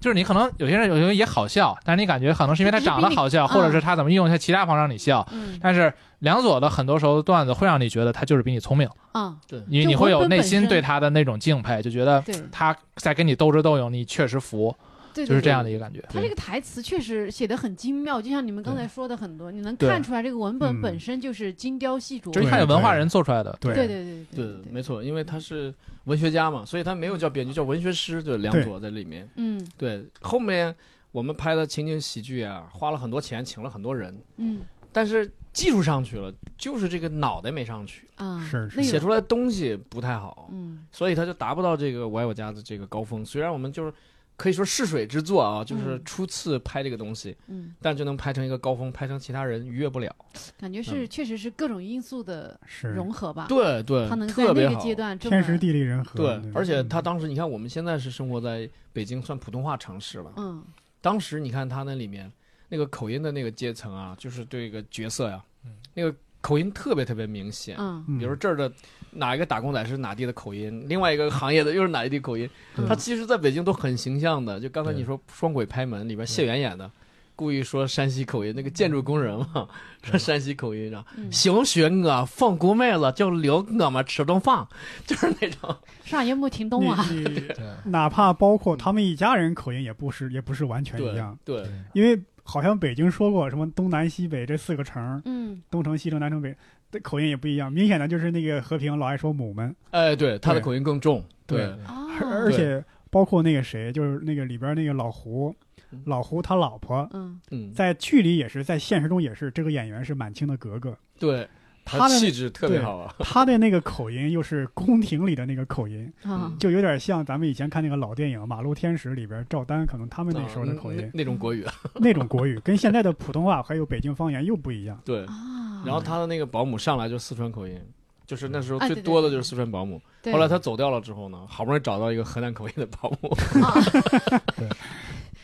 就是你可能有些人有些人也好笑，但是你感觉可能是因为他长得好笑，只是比你或者是他怎么运用一些其他方让你笑。嗯但是梁左的很多时候段子会让你觉得他就是比你聪明，啊，你就你会文有本内本心身对他的那种敬佩，就觉得对他在跟你斗智斗勇，你确实服，对，就是对这样。的一个感觉。他这个台词确实写的很精妙，就像你们刚才说的很多，你能对看出来这个文本嗯本身就是精雕细琢。就是一看对有文化人做出来的，对对对对对，对没，错，因为他是文学家嘛，所以他没有叫编剧，叫文学师，就梁对左在里面。嗯对，后面我们拍的情景喜剧啊，花了很多钱，请了很多人，嗯但是技术上去了，就是这个脑袋没上去，啊，是是那写个出来东西不太好。嗯所以他就达不到这个我爱我家的这个高峰。虽然我们就是可以说试水之作啊，就是嗯初次拍这个东西，嗯，但就能拍成一个高峰，拍成其他人逾越不了。感觉是确实是各种因素的是融合吧。对对，他能在特别那好个。阶段这么天时地利人和。对对，吧，嗯而且他当时，你看，我们现在是生活在北京，算普通话城市了。嗯当时你看他那里面那个口音的那个阶层啊，就是这个角色呀、嗯那个口音特别特别明显。嗯嗯比如这儿的哪一个打工仔是哪地的口音，另外一个行业的又是哪一地口音，嗯他其实在北京都很形象的。就刚才你说《双轨拍门》里边谢元演的，故意说山西口音，那个建筑工人嘛，说山西口音，然后嗯，行学我放姑妹了，就留我们吃顿饭， 就是那种。上也没听懂你啊。你对 哪怕包括他们一家人口音也不是也不是完全一样，对对因为好像北京说过什么东南西北这四个城儿，嗯东城、西城、南城、北，的口音也不一样。明显的就是那个和平老爱说母们，哎，对，他的对口音更重。对啊，而而且包括那个谁，就是那个里边那个老胡嗯，老胡他老婆嗯嗯，在剧里也是，在现实中也是，这个演员是满清的格 格，对，他的气那质特别好啊。他的那个口音又是宫廷里的那个口音，啊，就有点像咱们以前看那个老电影《马路天使》里边赵丹可能他们啊那时候的嗯口音，那那种国语，那种国语跟现在的普通话还有北京方言又不一样。对。啊，然后他的那个保姆上来就四川口音，就是那时候啊最对对多的就是对四川保姆。对后来他走掉了之后呢，好不容易找到一个河南口音的保姆。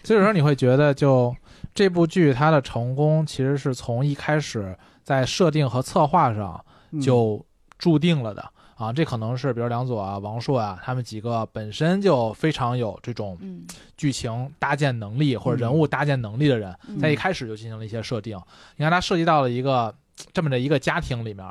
所以说你会觉得就这部剧它的成功其实是从一开始在设定和策划上嗯 就注定了的啊。这可能是比如梁左啊、王朔啊他们几个本身就非常有这种嗯剧情搭建能力或者嗯人物搭建能力的人，嗯在一开始就进行了一些设定。你看，他涉及到了一个这么的一个家庭里面，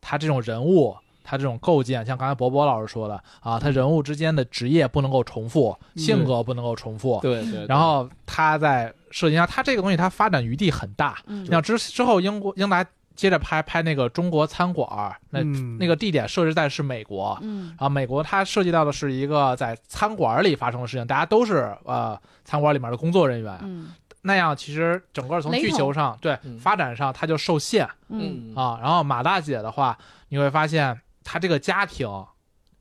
他这种人物。他这种构建，像刚才博博老师说的啊，他人物之间的职业不能够重复，嗯性格不能够重复，对 对。然后他在设计上，他这个东西他发展余地很大。嗯你像之之后，英国英达接着拍拍那个中国餐馆儿，那、嗯那个地点设置在是美国，嗯然后美国它涉及到的是一个在餐馆里发生的事情，大家都是呃餐馆里面的工作人员，嗯那样其实整个从雷剧同情上对、嗯发展上它就受限嗯嗯，啊。然后马大姐的话，你会发现她这个家庭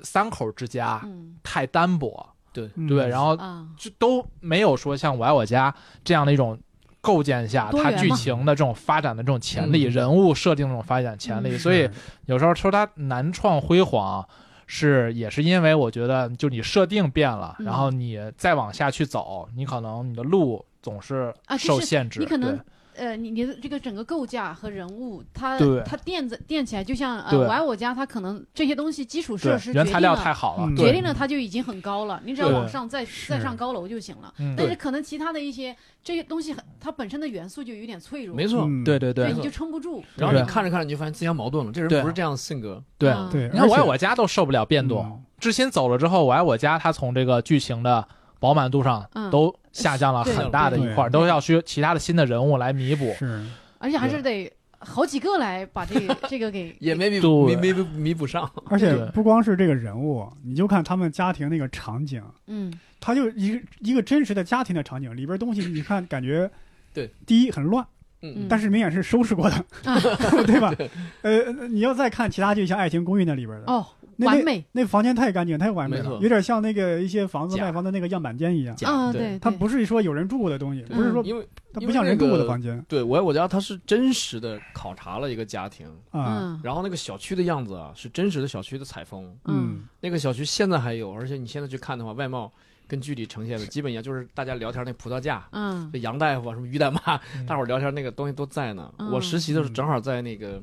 三口之家嗯太单薄，嗯对，然后啊，就都没有说像《我爱我家》这样的一种构建下，多它元剧嘛情的这种发展的这种潜力，嗯人物设定的这种发展潜力，嗯所以有时候说它难创辉煌。是，也是因为我觉得，就你设定变了，嗯然后你再往下去走，你可能你的路总是啊就是受限制。你可能对呃，你你的这个整个构架和人物，它对它垫子垫起来，就像呃，对我爱我家，它可能这些东西基础设施对原决材定料了太好了嗯，决对定了它就已经很高了，你只要对往上再再是上高楼就行了。嗯但是可能其他的一些这些东西很，它本身的元素就有点脆弱，没错。嗯对对所以对你就撑不住。然后你对看着看着，你就发现自相矛盾了，这对人不是这样的性格。对。啊对，你看《我爱而且我家》都受不了变动，嗯知心走了之后，《我爱我家》它从这个剧情的饱满度上嗯都下降了很大的一块儿，对都要需其他的新的人物来 弥补。嗯是而且还是得好几个来 把这个这个给也没弥补，对没没弥补上，而且对不光是这个人物，你就看他们家庭那个场景，嗯他就一个一个真实的家庭的场景，里边东西你看感觉对，第一很乱，嗯，但是明显是收拾过的，啊 对吧？呃，你要再看其他剧，像《爱情公寓》那里边的，哦那完美那房间太干净太完美没了错，有点像那个一些房子假卖房的那个样板间一样，假啊对，它对不是说有人住过的东西，对嗯不是说因为它不因为像人那住过的个房间对我爱我家他是真实的考察了一个家庭，啊，嗯然后那个小区的样子啊是真实的小区的采风，嗯那个小区现在还有，而且你现在去看的话，外貌跟剧里呈现的基本一样，就是大家聊天那葡萄架，嗯这杨大夫啊，什么于大妈，嗯 大伙儿聊天那个东西都在呢。嗯我实习的时候正好在那个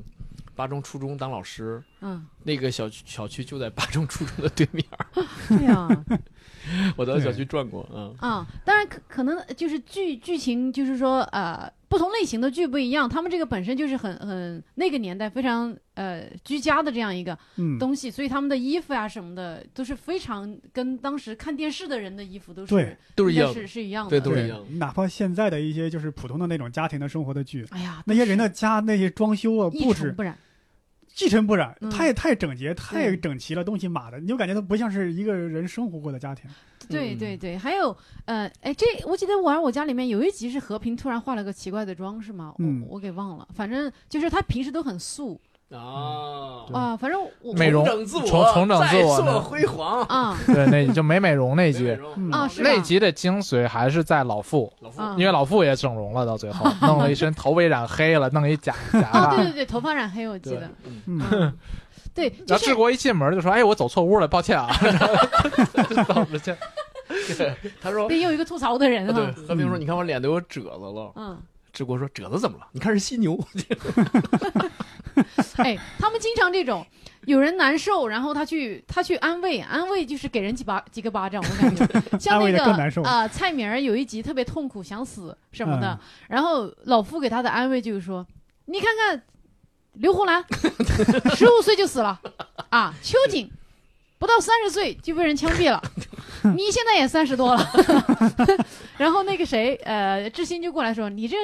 巴中初中当老师，嗯，那个小区小区就在巴中初中的对面儿，对呀我到小区转过，嗯，啊，当然可可能就是剧剧情就是说呃。不同类型的剧不一样，他们这个本身就是很很那个年代非常呃居家的这样一个嗯，东西，所以他们的衣服啊什么的都是非常跟当时看电视的人的衣服都是对都是应一该样的是是一样的，对都是一对样，哪怕现在的一些就是普通的那种家庭的生活的剧，哎呀，那些人的家那些装修啊一布置尘不染，一尘不染嗯，太太整洁，太对整齐了，东西码的，你就感觉它不像是一个人生活过的家庭。对嗯对对，还有呃，哎，这我记得《我爱我家》里面有一集是和平突然化了个奇怪的妆，是吗？嗯我我给忘了，反正就是他平时都很素，啊，对啊，反正我嗯美容重整自我，重重整自我再呢塑辉煌。 啊，对，那就美美容那那集，啊是吧那集的精髓还是在老傅，老啊傅，因为老傅也整容了，到最后弄了一身头被染黑了，弄一假假哦，对发对。对，头发染黑，我记得，嗯，嗯对，就 然后是治国一进门就说：“哎，我走错屋了，抱歉啊。” 走出去他说，啊得有一个吐槽的啊人对哈，，和平说，你看我脸都有褶子了。嗯，志国说，褶子怎么了？你看是犀牛。哎，他们经常这种，有人难受，然后他去他去安慰，安慰就是给人几巴几个巴掌，我 感觉像安那慰得个更难受嗯啊、蔡明儿有一集特别痛苦，想死什么的，然后老夫给他的安慰就是说，你看看刘胡 兰，十五岁就死了啊，秋瑾。不到三十岁就被人枪 毙了，你现在也三十多了， 然后那个谁，呃，志新就过来说：“你这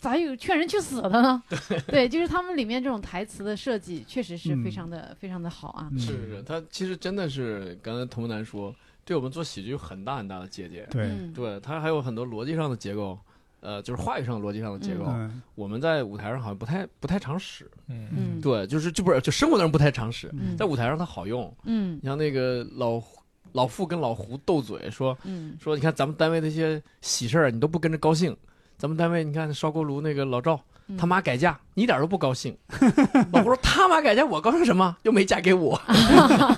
咋有劝人去死的呢？”对，就是他们里面这种台词的设计，确实是非常的、非常的好啊。嗯是是是，他其实真的是刚才童楠说，对我们做喜剧有很大很大的借鉴。对，嗯，对，它还有很多逻辑上的结构，呃，就是话语上逻辑上的结构，嗯我们在舞台上好像不太不太常使。嗯，嗯，对，就是就不是就生活当中不太常使，嗯，在舞台上它好用。嗯你像那个老胡老傅跟老胡斗嘴说嗯说，你看咱们单位那些喜事儿你都不跟着高兴，咱们单位你看烧锅炉那个老赵嗯，他妈改嫁，你一点都不高兴。 老胡说他妈改嫁我高兴什么？又没嫁给我。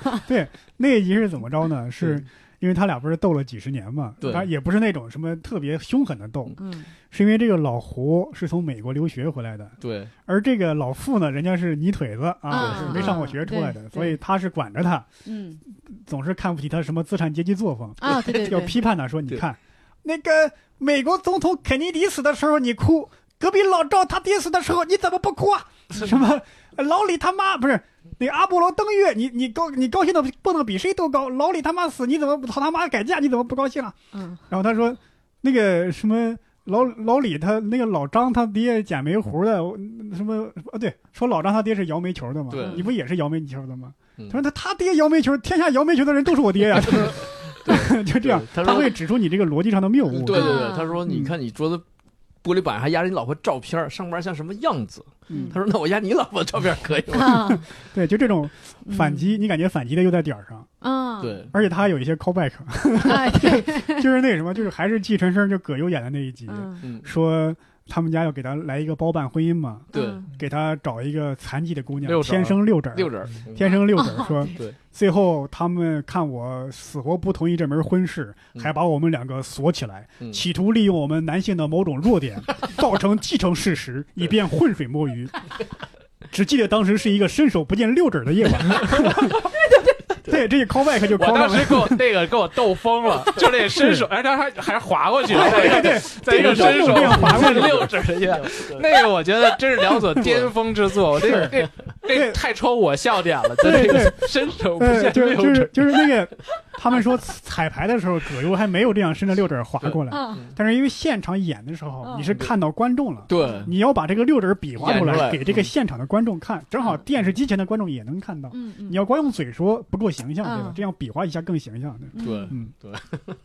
那一集是怎么着呢？是因为他俩不是斗了几十年嘛？对他也不是那种什么特别凶狠的斗，嗯是因为这个老胡是从美国留学回来的，对而这个老傅呢，人家是泥腿子啊，嗯是没上过学出来嗯的，对所以他是管着他， 嗯总是看不起他什么资产阶级作风，啊，对对要对，批判他说：“你对看，那个美国总统肯尼迪死的时候你哭，隔壁老赵他爹死的时候你怎么不哭啊？什么老李他妈不是那个阿波罗登月，你你高你高兴的蹦的比谁都高，老李他妈死你怎么不操他妈改嫁你怎么不高兴啊？”嗯然后他说，那个什么老老李他那个老张他爹剪梅胡的，我什么啊？对，说老张他爹是摇煤球的嘛，对你不也是摇煤球的吗？嗯他说他他爹摇煤球，天下摇煤球的人都是我爹呀、对， 就这样对，他他说会指出你这个逻辑上的谬误。对对对，啊他说你看你桌子玻璃板还压着你老婆照片儿，上班像什么样子？嗯他说那我压你老婆照片儿可以吗？啊，对，就这种嗯反击，你感觉反击的又在点儿上，啊，对，而且他还有一些 callback，哎对，就是那什么，就是还是季晨生就葛优演的那一集，嗯嗯，说他们家要给他来一个包办婚姻嘛，对，嗯给他找一个残疾的姑娘，六指儿天生六指儿，六人儿，天生六指儿，哦说对最后他们看我死活不同意这门婚事，嗯还把我们两个锁起来，嗯企图利用我们男性的某种弱 点，造成既成事实，以便浑水摸鱼。只记得当时是一个伸手不见六指的夜晚。对，这一 callback 就我当 callback 时给我那个给我逗疯了，就那伸手，哎，他还还滑过去，对呃对，在一个伸手这个滑过去六指去，那个我觉得真是梁左巅峰之作，我这 个这这太戳我笑点了，就这个伸手不呃，见就是六就是指，就是那个，他们说彩排的时候，葛优还没有这样伸着六指儿划过来，啊但是因为现场演的时候，嗯你是看到观众了，对你要把这个六指儿比划出嗯演出来，来嗯给这个现场的观众看，正好电视机前的观众也能看到。嗯嗯，你要光用嘴说不够形象，对吧嗯？这样比划一下更形象。对吧嗯对，嗯，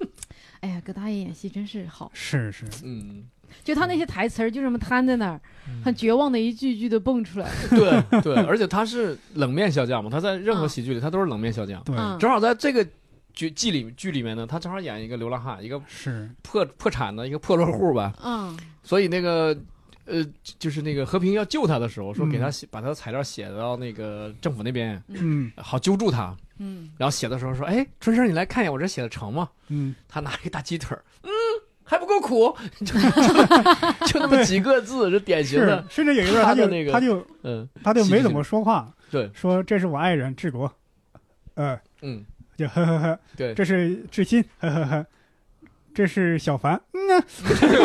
哎呀，葛大爷演戏真是好，是是，嗯，就他那些台词儿就这么摊在那儿，很绝望的一句一句的蹦出来，对对，而且他是冷面笑匠嘛，他在任何啊喜剧里他都是冷面笑匠，对，嗯正好在这个。剧剧里剧里面呢，他正好演一个流浪汉，一个 是破破产的一个破落户吧，嗯所以那个呃，就是那个和平要救他的时候，说给他嗯写、把他的材料写到那个政府那边，嗯好揪住他。嗯然后写的时候说：“哎，春生，你来看一眼我这写的成吗嗯，？”他拿一个大鸡腿儿，嗯，还不够苦， 就就就那么几个字，这典型是的，，甚至有一段他他的就那个他就嗯他就戏没剧怎性么说话，对说这是我爱人治国，呃，嗯，就呵呵呵，对，这是志新，呵呵呵。这是小凡，嗯呢，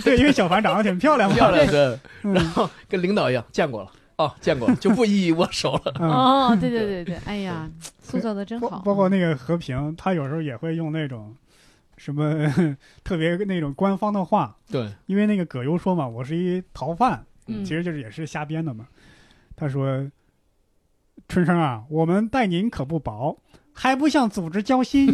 对，因为小凡长得挺漂亮嘛， 漂亮的，嗯然后跟领导一样，见过了，哦，见 过了，就不一一握手了，嗯，哦，对对对对，哎呀，塑造的真包好，嗯包括那个和平，他有时候也会用那种什么 特别那种官方的话，对，因为那个葛优说嘛，我是一逃犯，嗯其实就是也是瞎编的嘛。他说：“春生啊，我们待您可不薄，还不向组织交心。”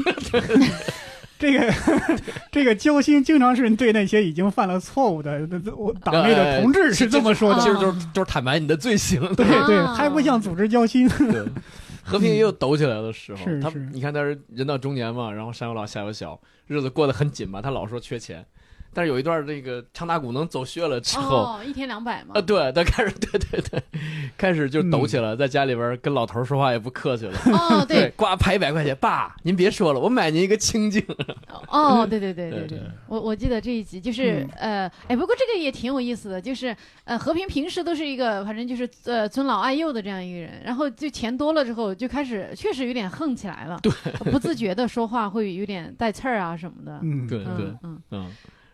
这个 这个揪心经常是对那些已经犯了错误的我党内的同志是这么说的，啊哎哎哎其实就是就是坦白你的罪行。对对，啊还不向组织交心， 对，和平也有抖起来的时候。是他是你看他是人到中年嘛，然后上有老下有小，日子过得很紧嘛。他老说缺钱，但是有一段这个唱大鼓能走穴了之后，哦，一天两百嘛啊，，对，他开始， 对对对，开始就抖起来，在家里边跟老头说话也不客气了。 哦，嗯对，呱拍一百块钱，爸，您别说了，我买您一个清净。哦，对对对对对对，我我记得这一集就是、呃，哎，不过这个也挺有意思的，就是呃，和平平时都是一个反正就是呃尊老爱幼的这样一个人，然后就钱多了之后就开始确实有点横起来了，对，不自觉的说话会有点带刺儿啊什么的，嗯，对对嗯，哎嗯，嗯。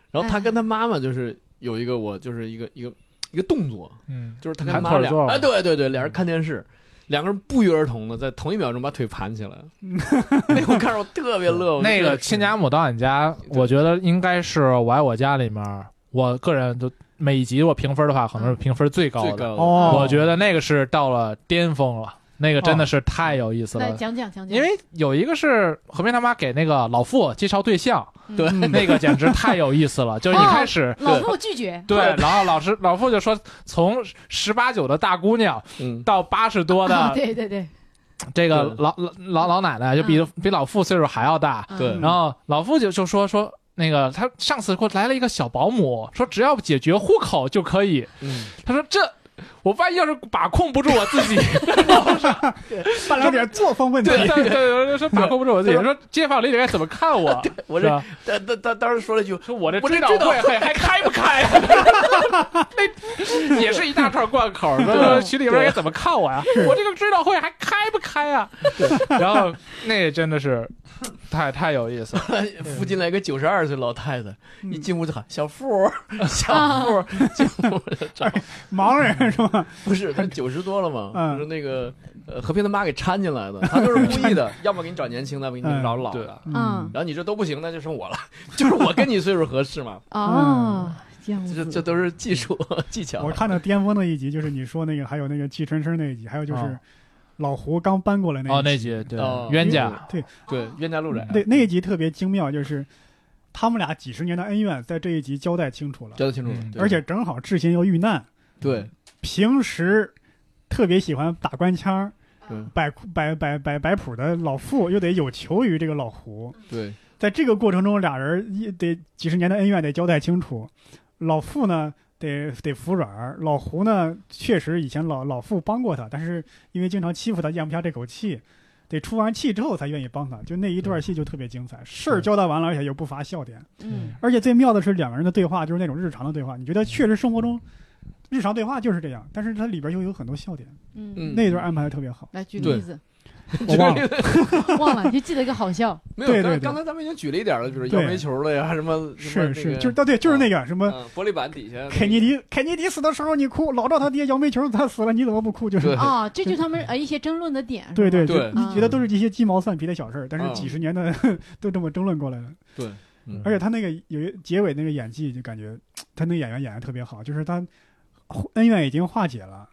然后他跟他妈妈就是有一个我就是一个一个一个动作，嗯，就是他跟他盘妈腿俩坐嗯啊，对对对，俩人看电视，两个人不约而同的在同一秒钟把腿盘起 来。那会儿看着我特别乐。我嗯那真个的是亲家母到你家，对我觉得应该是《我爱我家》里面，我个人就每一集我评分的话，可能是评分最高嗯最的。高的哦，我觉得那个是到了巅峰了，那个真哦的是太有意思了。来讲讲讲讲，因为有一个是何冰他妈给那个老傅介绍对 象，嗯对嗯那个简直太有意思了。就是一开始， 老傅拒绝，对，然后老师老傅就说，从十八九的大姑娘嗯，到八十多啊的 对对对，这个对老老老老奶奶，就比比老傅岁数还要大。嗯对然后老傅就就说说那个他上次给我来了一个小保姆，说只要解决户口就可以。嗯他说这我万一要是把控不住我自己，办了点作风问题，对对对，说把控不住我自己，说街坊邻里该怎么看我？我是这吧他他他当时说了一 句，说我这我这追悼追悼会还还开不开？啊 那也是一大串贯口，说群里边该怎么看我呀？我这个追悼会还开不开呀？ 然后那真的是太太有意思了，附近来个九十二岁老太太，嗯一进屋就喊 小富，小富，进屋就找盲人是吧？ 不是他九十多了嘛，嗯就是那个呃和平他妈给掺进来的，他 就是故意的，要么给你找年轻的，要么给你找老对的。嗯，然后你这都不行，那就剩我了， 就是我跟你岁数合 适嘛，哦，这样嗯这子，这都是技术技巧。嗯我看到巅峰的一集就是你说那个，还有那个季春生那一集，还有就是哦老胡刚搬过来那哦一，集那集对哦冤家，对对冤家路窄，对那一集特别精妙，就是他们俩几十年的恩怨在这一集交代清楚了，交代清楚了嗯。对而且正好志新又遇难，对平时特别喜欢打官腔对。摆摆摆摆摆谱的老傅又得有求于这个老胡，对在这个过程中，俩人一得几十年的恩怨得交代清楚。老傅呢，得得服软儿；老胡呢，确实以前老老傅帮过他，但是因为经常欺负他，咽不下这口气，得出完气之后才愿意帮他。就那一段戏就特别精彩，事儿交代完了，而且又不乏笑点。嗯而且最妙的是，两个人的对话就是那种日常的对话，你觉得确实生活中日常对话就是这样，但是它里边又有很多笑点，嗯，那一段安排的特别 好。来举对例子，我忘了，忘了，就记得一个好笑，没对有，对刚对刚才咱们已经举了一点了，比如对摇煤球了呀，什么什是么是，那个就是啊对，就是那个什么。嗯玻璃板底下肯尼迪，肯尼迪死的时候你哭，老赵他爹摇煤球他死了，你怎么不哭？就是对啊，这就是他们呃一些争论的点，对对是吧对就你觉得都是一些鸡毛蒜皮的小事儿，但是几十年的 都这么争论过来了。对嗯而且他那个有一结尾那个演技，就感觉他那个演员演的特别好，就是他恩怨已经化解了。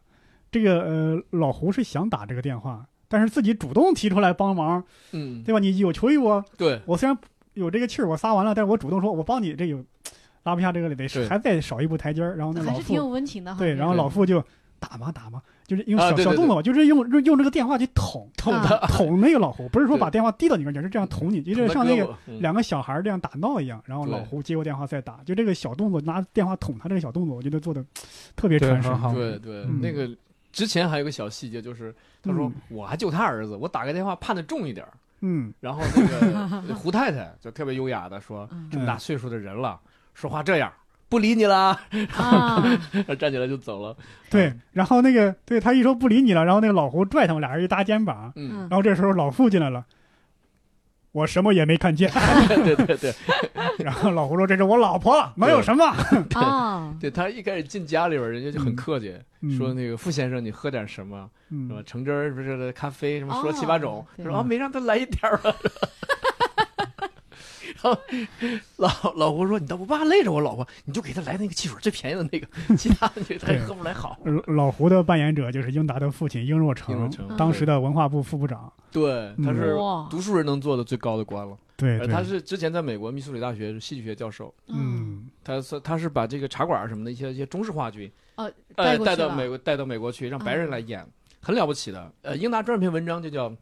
这个呃，老胡是想打这个电话，但是自己主动提出来帮忙，嗯对吧？你有求于我，对我虽然有这个气儿我撒完了，但是我主动说我帮你，这有拉不下这个得对还再少一步台阶儿。然后那还老是挺有傅温情的哈。对，然后啊对老傅就打嘛打嘛，就是用啊小对小对动对作嘛，就是用用用这个电话去捅捅啊他，捅那个老胡，不是说对把电话递到你面前，是这样捅你，就捅是他像胳那个膊嗯两个小孩儿这样打闹一样。然后对老胡接过电话再打，就这个小动作，拿电话捅他这个小动作，我觉得做的特别对传神很。好对对，嗯那个之前还有个小细节，就是他说嗯我还救他儿子，我打个电话判的重一点儿。嗯，然后那个胡太太就特别优雅的说 嗯：“这么大岁数的人了，说话这样，不理你了。啊，”站起来就走了。对。然后那个对他一说不理你了，然后那个老胡拽他们俩人一搭肩膀，嗯，然哦后这时候老傅进来了。我什么也没 看见，对对对对，然后老胡说：“这是我老婆，能有什么啊，对他一开始进家里边，人家就很客气，？”说嗯那个傅先生，你喝点什么？什么嗯，橙汁儿，不是咖啡，什么说哦七八种，对说啊没让他来一点儿啊。然后老老胡说：“你倒不怕累着我老婆，你就给他来那个汽水最便宜的那个，其他的他也喝不来好。老呃老胡的扮演者就是英达的父亲英若英诚若嗯诚，当时的文化部副部长。对，他是哇，读书人能做的最高的官了。对，嗯对呃，对，他是之前在美国密苏里大学是戏剧学教授，嗯他是他是把这个茶馆儿什么的一些一些中式话剧，哦，呃，过带去到了美国带到美国去，让白人嗯来演，很了不起的。呃，英达专篇文章就叫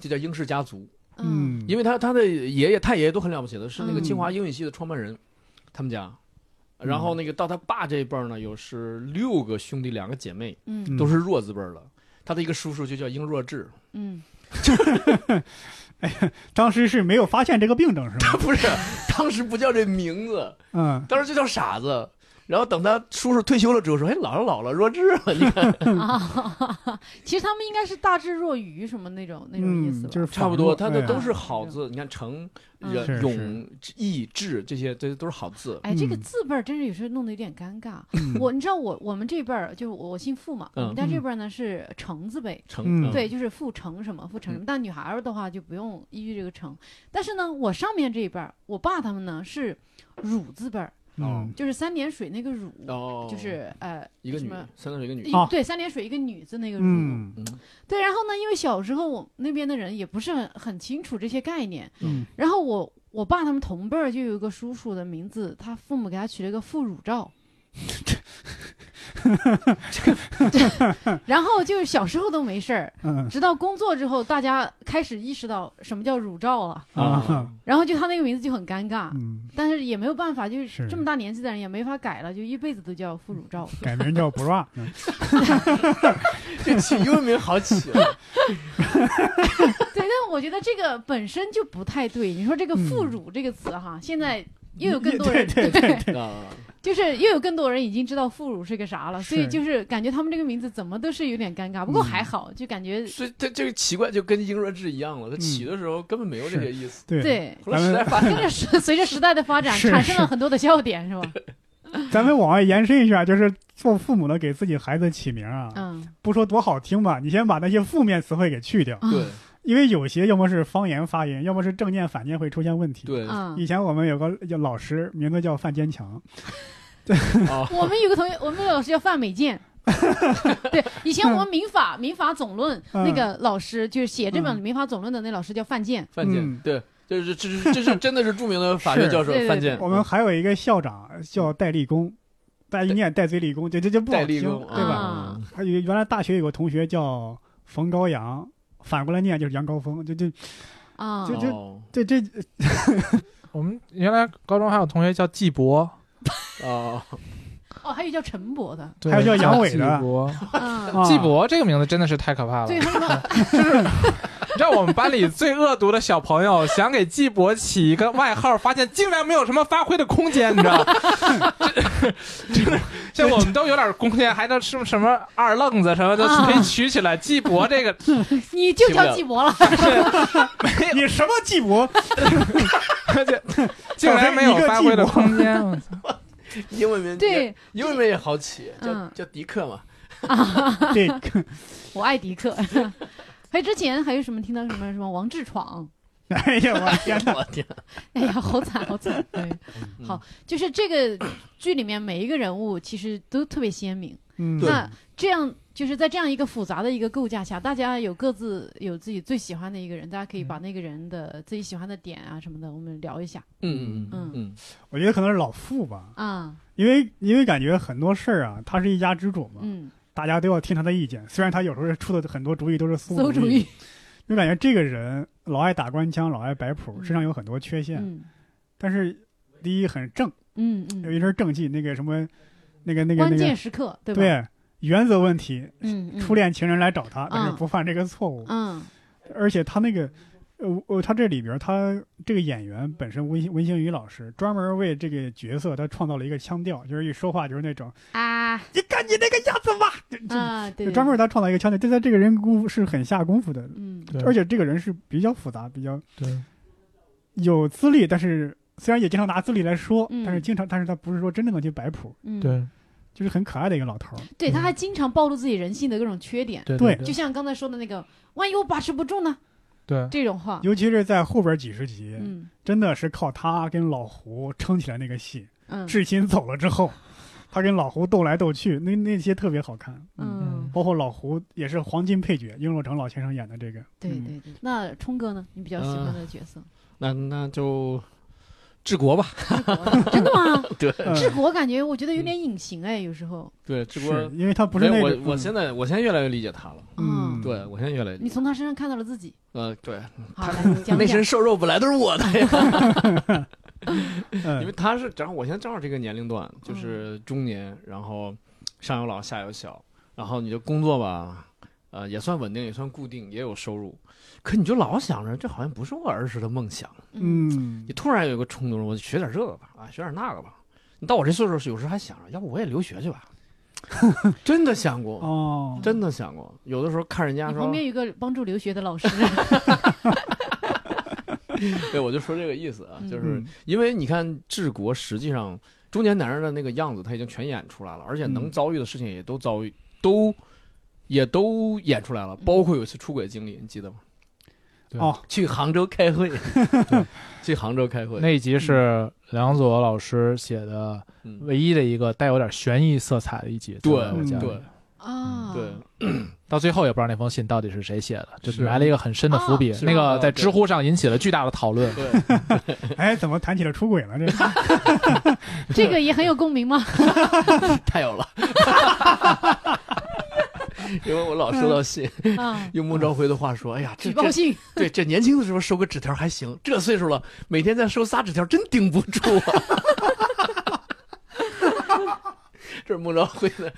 就叫英式家族，嗯，因为为他他的爷爷太爷爷都很了不起的，是那个嗯清华英语系的创办人，他们家。嗯然后那个到他爸这一辈儿呢，有是六个兄弟，两个姐妹嗯都是弱字辈儿了。他的一个叔叔就叫英若智， 嗯当时是没有发现这个病症是他吗？不是当时不叫这名字，嗯， 当时就叫傻子。然后等他叔叔退休了之后说：“哎，姥姥老了，弱智了。”你 看，嗯啊， 其实他们应该是大智若愚什么那种那种意思嗯，吧，就是差不多，他的哎都是好字。你看成、嗯忍、是勇、义、智这些，这都是好字。哎，这个嗯字辈儿真是有时候弄得有点尴 尬。我你知道我我们这辈儿就是我我姓傅嘛，我嗯们家这辈儿呢是程字辈，成、嗯对，就是傅成什么傅成什么。但女孩儿的话就不用依据这个成，但是呢，我上面这一辈儿，我爸他们呢是汝字辈儿，嗯就是三点水那个汝，哦，就是呃一个什女么，三个一个女 一。哦对三点水一个女字那个汝。嗯对，然后呢，因为小时候我那边的人也不是很很清楚这些概念，嗯然后我我爸他们同辈儿就有一个叔叔的名字，他父母给他取了个傅乳 照。然后就是小时候都没事儿，嗯直到工作之后，大家开始意识到什么叫乳照了，嗯啊然后就他那个名字就很尴尬，嗯，但是也没有办法，就是是这么大年纪的人也没法改了，就一辈子都叫傅乳照。改名叫 bra，嗯 这起英文名好起啊！ 对，但我觉得这个本身就不太对。你说这个“副乳”这个词哈，现在又有更多人嗯对对 对对，啊就是又有更多人已经知道“副乳”是个啥了，所以是就是感觉他们这个名字怎么都是有点尴尬。不过嗯还好，就感觉所以这这个奇怪就跟英若智一样了，他嗯起的时候根本没有这个意思。对 对，后来实在发跟现着时随着时代的发展，是产生了是很多的笑点，是 吧？咱们往外延伸一下，就是做父母的给自己孩子起名啊，嗯，不说多好听吧，你先把那些负面词汇给去掉，对因为有些要么是方言发音，要么是正念反念会出现问题。，对啊，啊。以前我们有个叫老师，名字叫范坚强， 我们有个同学，我们老师叫范美健。对，以前我们民法民法总论那个老师，就是写这本嗯民法总论的那老师叫范健。范建嗯对，这是这是这是真的是著名的法学教是授对对范建，我们还有一个校长叫戴立功，大家一念戴罪立功，这这就不戴好立听，功对吧？啊嗯还有原来大学有个同学叫冯高阳，反过来念就是杨高峰，就就啊，就这哦这这我们原来高中还有同学叫季博，哦，哦，还有叫陈博的，对还有叫杨伟的季博，嗯，啊季博这个名字真的是太可怕了。对，你还有什么知道我们班里最恶毒的小朋友想给季博起一个外号，发现竟然没有什么发挥的空间，你知 道吗？这真的，像我们都有点空间，还能什么什么二愣子什么的啊可以取起来。季博 这个你就叫季博了，你什么季 博？竟然没有发挥的空间，我操英文名也对英文名也好起，叫嗯叫迪克 嘛，这我爱迪克。 还之前还有什么听到什么什么王志闯，哎呀，我天 哪！我天，哎呀，好惨好惨。对，嗯好就是这个剧里面每一个人物其实都特别鲜明。嗯，对那这样就是在这样一个复杂的一个构架下，大家有各自有自己最喜欢的一个人，大家可以把那个人的自己喜欢的点啊什么的，我们聊一下。嗯嗯嗯嗯嗯，我觉得可能是老傅吧，啊，因为因为感觉很多事儿啊，他是一家之主嘛，嗯，大家都要听他的意见。虽然他有时候出的很多主意都是馊馊主意，就感觉这个人老爱打官腔，老爱摆谱，嗯身上有很多缺陷，嗯但是第一很正，嗯有嗯，一身正气，那个什么，那个那个关那键个，时刻对吧？对原则问题，嗯，嗯初，恋情人来找他，但是嗯不犯这个错误，嗯而且他那个。呃，我他这里边儿，他这个演员本身温温星宇老师专门为这个角色他创造了一个腔调，就是一说话就是那种啊你看你那个样子吧，就就啊，对，就专门为他创造一个腔调，对他这个人功夫是很下功夫的，嗯对而且这个人是比较复杂，比较对，有资历，但是虽然也经常拿资历来说，嗯但是经常，但是他不是说真正的去摆谱，嗯，对就是很可爱的一个老头儿。对，他还经常暴露自己人性的各种缺点，对对就像刚才说的那个，万一我把持不住呢？对这种话，尤其是在后边几十集，啊嗯真的是靠他跟老胡撑起来那个戏。嗯，志新走了之后，他跟老胡斗来斗去，那那些特别好看。嗯，嗯，包括老胡也是黄金配角，英若诚老先生演的这个。对嗯对对。那冲哥呢？你比较喜欢的角色？那那就治国吧，治国真的吗？对嗯治国感觉我觉得有点隐形哎，有时候。对治国。是因为他不是没那有种我我现在我现在越来越理解他了，嗯嗯，对我现在越来越你理解从他身上看到了自己。呃对，好，来你讲那身讲。瘦肉本来都是我的呀，因为嗯他是正好我现在正好这个年龄段，嗯就是中年，然后上有老下有小，然后你的工作吧，呃也算稳定，也算固定，也有收入，可你就老想着这好像不是我儿时的梦想，嗯嗯 你突然有一个冲动，我学点这个吧，啊学点那个吧，你到我这岁数有时候还想着，要不我也留学去吧， 真的想过，哦，真的想过，有的时候看人家你说旁边有一个帮助留学的老 师，对，哎我就说这个意思啊，嗯就是因为你看治国实际上中年男人的那个样子他已经全演出来了，而且能嗯遭遇的事情也都遭遇，都也都演出来了，包括有一次出轨经历，你记得吗？对哦，去杭州开会，去杭州开会，那一集是梁左老师写的嗯，唯一的一个带有点悬疑色彩的一集。对在我家里对啊，对，到最后也不知道那封信到底是谁写的，就是埋了一个很深的伏笔啊。那是个吧在知乎上引起了巨大的讨论。对，哎，怎么谈起了出轨了？这个这个也很有共鸣 嘛。太有了， 因为我老收到信，啊，用孟兆辉的话说，哎呀，这举这报信， 对，这年轻的时候收个纸条还行，这岁数了，每天再收仨纸条真顶不住啊。 这是孟兆辉的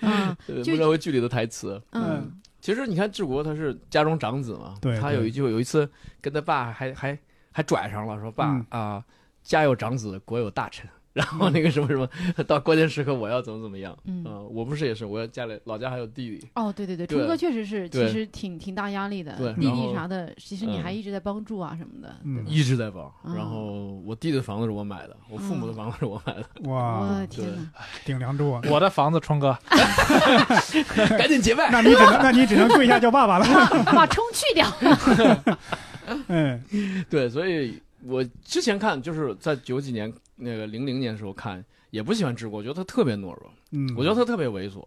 啊，呃就孟兆辉剧里的台词。嗯其实你看治国他是家中长子嘛，对他有一句有一次跟他爸还还还拽上了，说爸啊嗯、家有长子，国有大臣。 然后那个什么什么，到关键时刻我要怎么怎么样啊、嗯，我不是也是，我家里老家还有弟弟，哦，对对对，对冲哥确实是，其对实挺挺大压力的对，弟然弟后啥的，其实你嗯还一直在帮助啊什么的，嗯对吧？一直在帮。嗯然后我弟弟的房子是我买的，我父母的嗯房子是我买的， 我哇的，天啊对哪！ 顶梁柱啊！嗯我的房子，冲哥，赶紧结 拜。那你只能，那你只能跪下叫爸爸了。把把冲去掉， 嗯对，所以我之前看就是在九几年那个零零年的时候看，也不喜欢治国，我觉得他特别懦弱，嗯，我觉得他特别猥琐，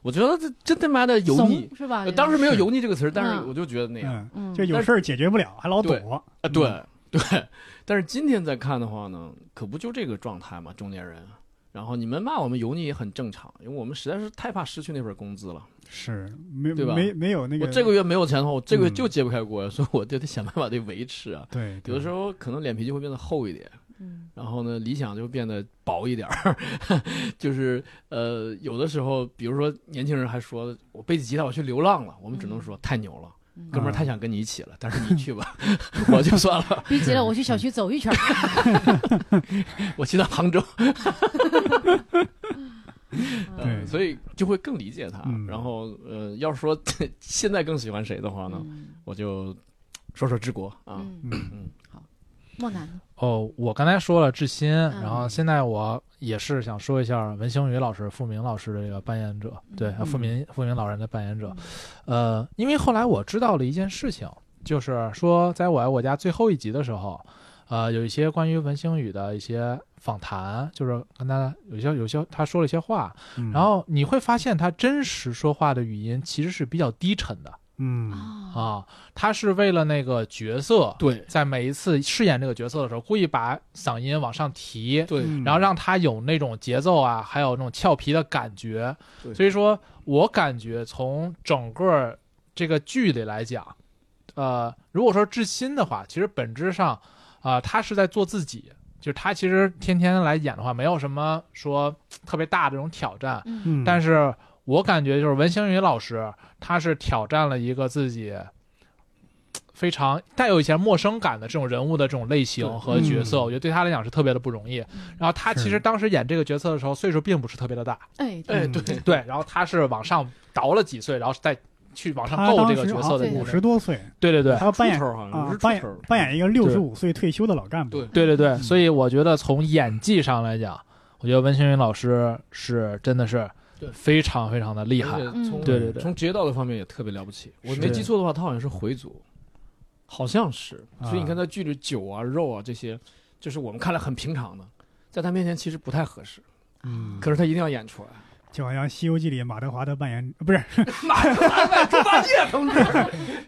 我觉得他真他妈的 油腻怂。是吧呃？当时没有是油腻这个词儿，但是嗯我就觉得那样啊、嗯，嗯，就有事儿解决不了，还老对躲。对对。但是今天再看的话呢，可不就这个状态嘛，中年人。然后你们骂我们油腻也很正常，因为我们实在是太怕失去那份工资了。是没对吧没没有那个我这个月没有钱的话，我这个月嗯就结不开锅，所以我就得想办法得维持啊。对，有的时候候可能脸皮就会变得厚一点，嗯然后呢，理想就变得薄一点儿， 就是呃，有的时候，比如说年轻人还说我背起吉他我去流浪了，我们只能说太牛了，嗯哥们嗯儿太想跟你一起了，但是 你去吧， 我就算了，别急了，我去嗯小区走一圈儿。我去趟杭州， 对呃所以就会更理解他。嗯然后呃，要是说 现在更喜欢谁的话呢，嗯我就说说治国啊，嗯，嗯嗯，莫南呢？哦，我刚才说了志新，嗯然后现在我也是想说一下文星宇老师、傅明老师的这个扮演者，对，嗯傅明傅明老人的扮演者，呃，因为后来我知道了一件事情，就是说在我爱我家最后一集的时候，呃，有一些关于文星宇的一些访谈，就是跟他有些有些他说了一些话，嗯然后你会发现他真实说话的语音其实是比较低沉的嗯啊，啊，他是为了那个角色，对在每一次饰演这个角色的时候，故意把嗓音往上提，对，嗯然后让他有那种节奏啊，还有那种俏皮的感觉对。所以说我感觉从整个这个剧里来讲，呃，如果说志新的话，其实本质上，啊、他是在做自己。就是他其实天天来演的话，没有什么说特别大的这种挑战，嗯嗯，但是是我感觉就是文星宇老师，他是挑战了一个自己非常带有一些陌生感的这种人物的这种类型对和角色，嗯我觉得对他来讲是特别的不容易。然后他其实是当时演这个角色的时候，岁数并不是特别的大，哎，对哎嗯对，对，然后他是往上倒了几岁，然后再去往上他够当这个时角好色像的对年五龄十多岁，对对对他。要扮演出头好像啊是扮出头演扮演一个六十五岁退休的老干部。对，对对对，嗯所以我觉得从演技上来讲，我觉得文星云老师是真的是对非常非常的厉害而。且嗯从对对对从职业道德方面也特别了不起。我是没记错的话，他好像是回 族，好像是。啊啊所以你看他剧里酒啊、肉啊这些，就是我们看来很平常的，在他面前其实不太合适，嗯，可是他一定要演出 来。就好像《西游记》里马德华的扮演，不是《哎猪八 戒同志，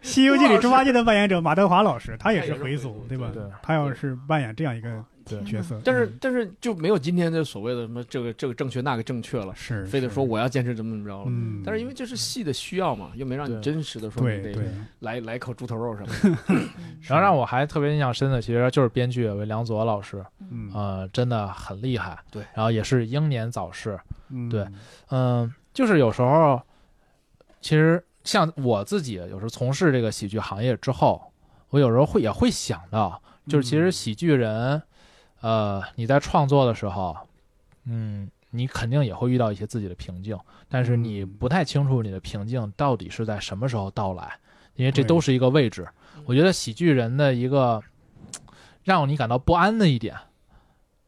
西游记》朱里老师猪八戒的扮演者马德华老师，他也是他回也是回族族，对吧？对他要是扮演这样一个对角色，但是嗯但是就没有今天的所谓的什么这个这个正确那个正确了，是非得说，我要坚持怎么怎么着是了。嗯，但是因为这是戏的需要嘛，又没让你对真实的说你对得对，来来口猪头肉什么的。嗯然后让我还特别印象深的，其实就是编剧韦良佐老师，嗯呃，真的很厉害。对，然后也是英年早逝。嗯对嗯，就是有时候，其实像我自己有时候从事这个喜剧行业之后，我有时候会也会想到，就是其嗯实喜剧人，呃，你在创作的时候，嗯，你肯定也会遇到一些自己的瓶颈，但是你嗯不太清楚你的瓶颈到底是在什么时候到来，因为这对都是一个未知。我觉得喜剧人的一个让你感到不安的一点，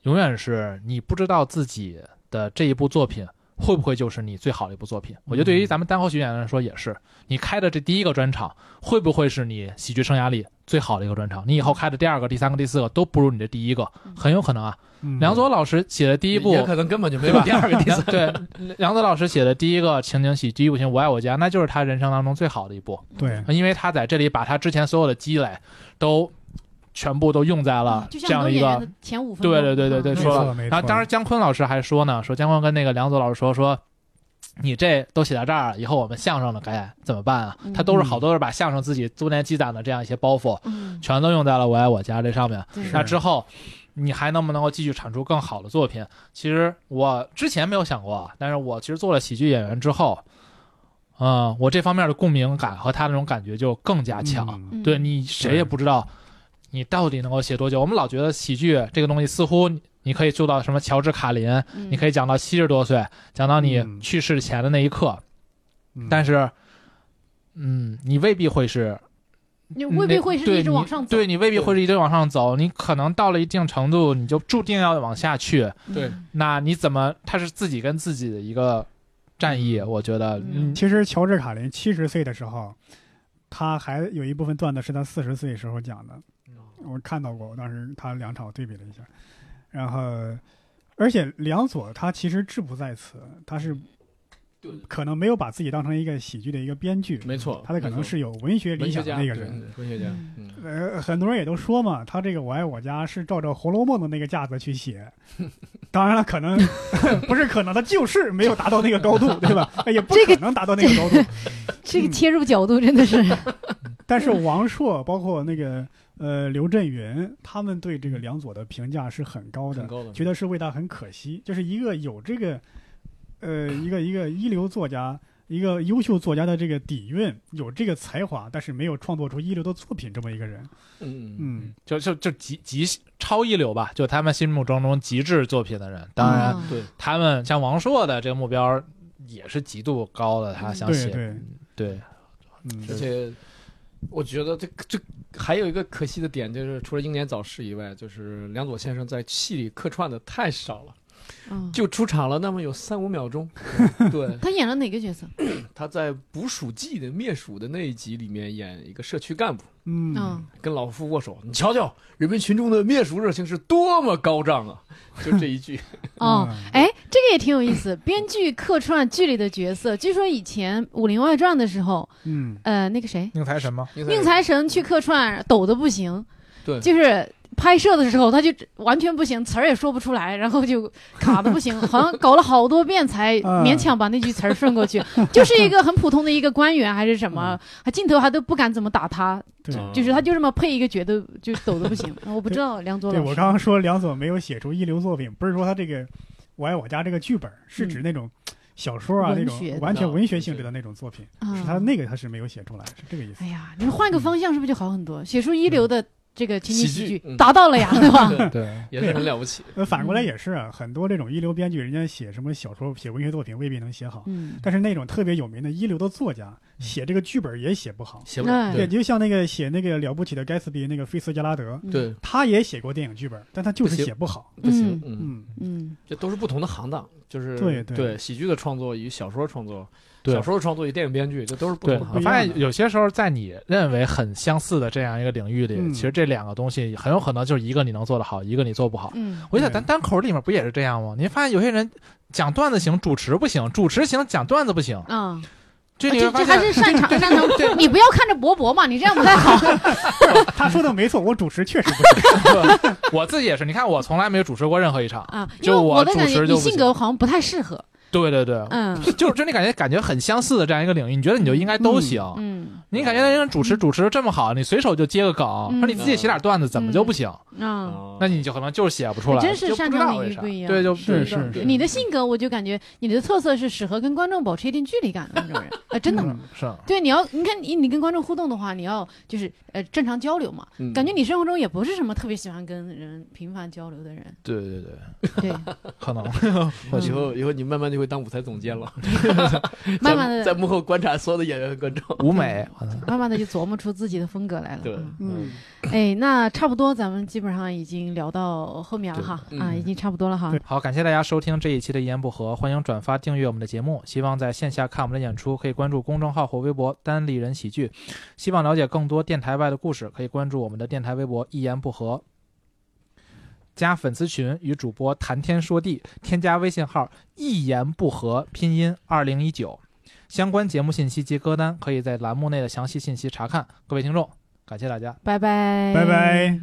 永远是你不知道自己的这一部作品会不会就是你最好的一部作品。我觉得对于咱们单口喜剧演员来说也是，你开的这第一个专场会不会是你喜剧生涯里最好的一个专场？你以后开的第二个、第三个、第四个都不如你的第一个，很有可能啊。嗯梁左老师写的第一部也可能根本就没 有第二个第三个。对，梁子老师写的第一个情景喜剧《不行，我爱我家》，那就是他人生当中最好的一部，嗯对因为他在这里把他之前所有的积累都全部都用在了嗯就这像样很多的一演个员的前五分钟，嗯对对对对对，没说错了没然后错当时姜昆老师还说呢，说姜昆跟那个梁左老师说说。你这都写到这儿了，以后我们相声的该怎么办啊？他嗯都是好多是把相声自己多年积攒的这样一些包袱，嗯，全都用在了《我爱我家》这上面。对是那之后，你还能不能够继续产出更好的作品？其实我之前没有想过啊，但是我其实做了喜剧演员之后，嗯、我这方面的共鸣感和他那种感觉就更加强。嗯嗯对你谁也不知道你到底能够写多久。我们老觉得喜剧这个东西似乎你你可以做到什么乔治卡林，你可以，以讲到七十多岁，讲到你嗯去世前的那一刻，嗯但是，嗯，你未必会是你嗯未必那会是对一直你往上走，对你未必会是一直往上走，你可能到了一定程度，你就注定要往下去。嗯对那你怎么？它是自己跟自己的一个战役，我觉得，嗯其实乔治卡林七十岁的时候，他还有一部分段子是他四十岁时候讲的，我看到过，我当时他两场我对比了一下，然后而且梁左他其实志不在此，他是对对可能没有把自己当成一个喜剧的一个编剧，没错他的可能没错是有文 学理文学想的家那个对人。文学家，嗯，呃，很多人也都说嘛，他这个“我爱我家”是照着《红楼梦》的那个架子去 写，当然了，可 能不是可能，他就是没有达到那个高度，对吧？哎也不这可个能达到那个高 度。这个嗯切入角度真的是，但是王朔，包括那个呃刘震云，他们对这个梁左的评价是很高的，很高的觉得是为他很可惜，就是一个有这个呃一个一个一流作家。一个优秀作家的这个底蕴，有这个才华，但是没有创作出一流的作品，这么一个人，嗯嗯嗯，就就就极极超一流吧，就他们心目中中极致作品的人。当然，嗯嗯，对，他们像王朔的这个目标也是极度高的，他想嗯对写，对，对嗯，而且我觉得这这还有一个可惜的点，就是除了英年早逝以外，就是梁左先生在戏里客串的太少了，嗯就出场了那么有三五秒钟。 对，他演了哪个角色？他在捕鼠记的灭鼠的那一集里面演一个社区干部，嗯嗯，跟老夫握手，你瞧瞧人民群众的灭鼠热情是多么高涨啊！就这一 句，哦嗯，哎，这个也挺有意思。编剧客串剧里的角色，据说以前《武林外传》的时候，嗯，呃，那个谁，宁财神吗？宁财神去客串，抖的不行，对就是。拍摄的时候他就完全不行，词儿也说不出来，然后就卡的不 行，好像搞了好多遍才嗯勉强把那句词儿顺 过去，就是一个很普通的一个官员还是什么，嗯还镜头还都不敢怎么打他，对。嗯就是他就这么配一个角都就抖的 不行，我不知道梁左对老师。我刚刚说梁左没有写出一流作品，不是说他这个《我爱我家》这个剧本是指那种小说啊，嗯文那学种的完全文学性质的那种作品，是他那个他是没有写出来，是这个意思嗯哎。呀，你换个方向是不是就好很多？写出一流的这个情景喜喜剧剧嗯达到了 呀，对吧？对对，也是很了不起。呃，反嗯过来也是啊，很多这种一流编剧，人家写什么小说、写文学作品未必能写好，嗯，但是那种特别有名的一流的作家写这个剧本也写不好。写哎对，就像那个写那个了不起的盖茨比那个菲茨杰拉德，嗯，对，他也写过电影剧本，但他就是不行写不好。不行嗯，嗯，嗯，嗯这都是不同的行当，就是对对喜剧的创作与小说创作，对小说创作与电影编剧这都是不对，同的我行一业。样的发现有些时候在你认为很相似的这样一个领域里，嗯其实这两个东西很有可能就是一个你能做得好，一个你做不好。嗯，我就想对单单口里面不也是这样吗？您发现有些人讲段子行，主持不行；主持行，讲段子不行。啊，这啊你这会这发还现，是擅长擅长，你不要看着博博嘛，你这样不太好。他说的没错，我主持确实不行。 我自己也是。你看，我从来没有主持过任何一场。啊，因就为我我的感主觉持你就不啊性格好像不太适合。对对对，嗯 就是就你感觉感觉很相似的这样一个领域，你觉得你就应该都行。嗯你感觉那人主持主持这么好，你随手就接个梗，嗯那你自己写点段子怎么就不行？啊，那你你就可能就是写不出你来，真是嗯就不擅知道长为领域啥不一样。嗯对，就对是是对是你的性格，我就感觉你的特色是适合跟观众保持一定距离感的那种人，啊，真的。嗯是对，你要你看你你跟观众互动的话，你要就是呃正常交流嘛。嗯嗯感觉你生活中也不是什么特别喜欢跟人频繁交流的 人，对对对，对，可 能嗯以后以后你慢慢就会当舞台总监了，慢慢 在的幕后观察所有的演员和观众。舞美，我操慢慢的就琢磨出自己的风格来了。对嗯嗯，哎，那差不多，咱们基本上已经聊到后面了哈，对啊，嗯已经差不多了哈对。好，感谢大家收听这一期的一言不合，欢迎转发订阅我们的节目。希望在线下看我们的演出，可以关注公众号或微博“单立人喜剧”。希望了解更多电台外的故事，可以关注我们的电台微博“一言不合”，加粉丝群与主播谈天说地，添加微信号“一言不合”拼音二零一九。相关节目信息及歌单可以在栏目内的详细信息查看。各位听众，感谢大家。拜拜，拜拜。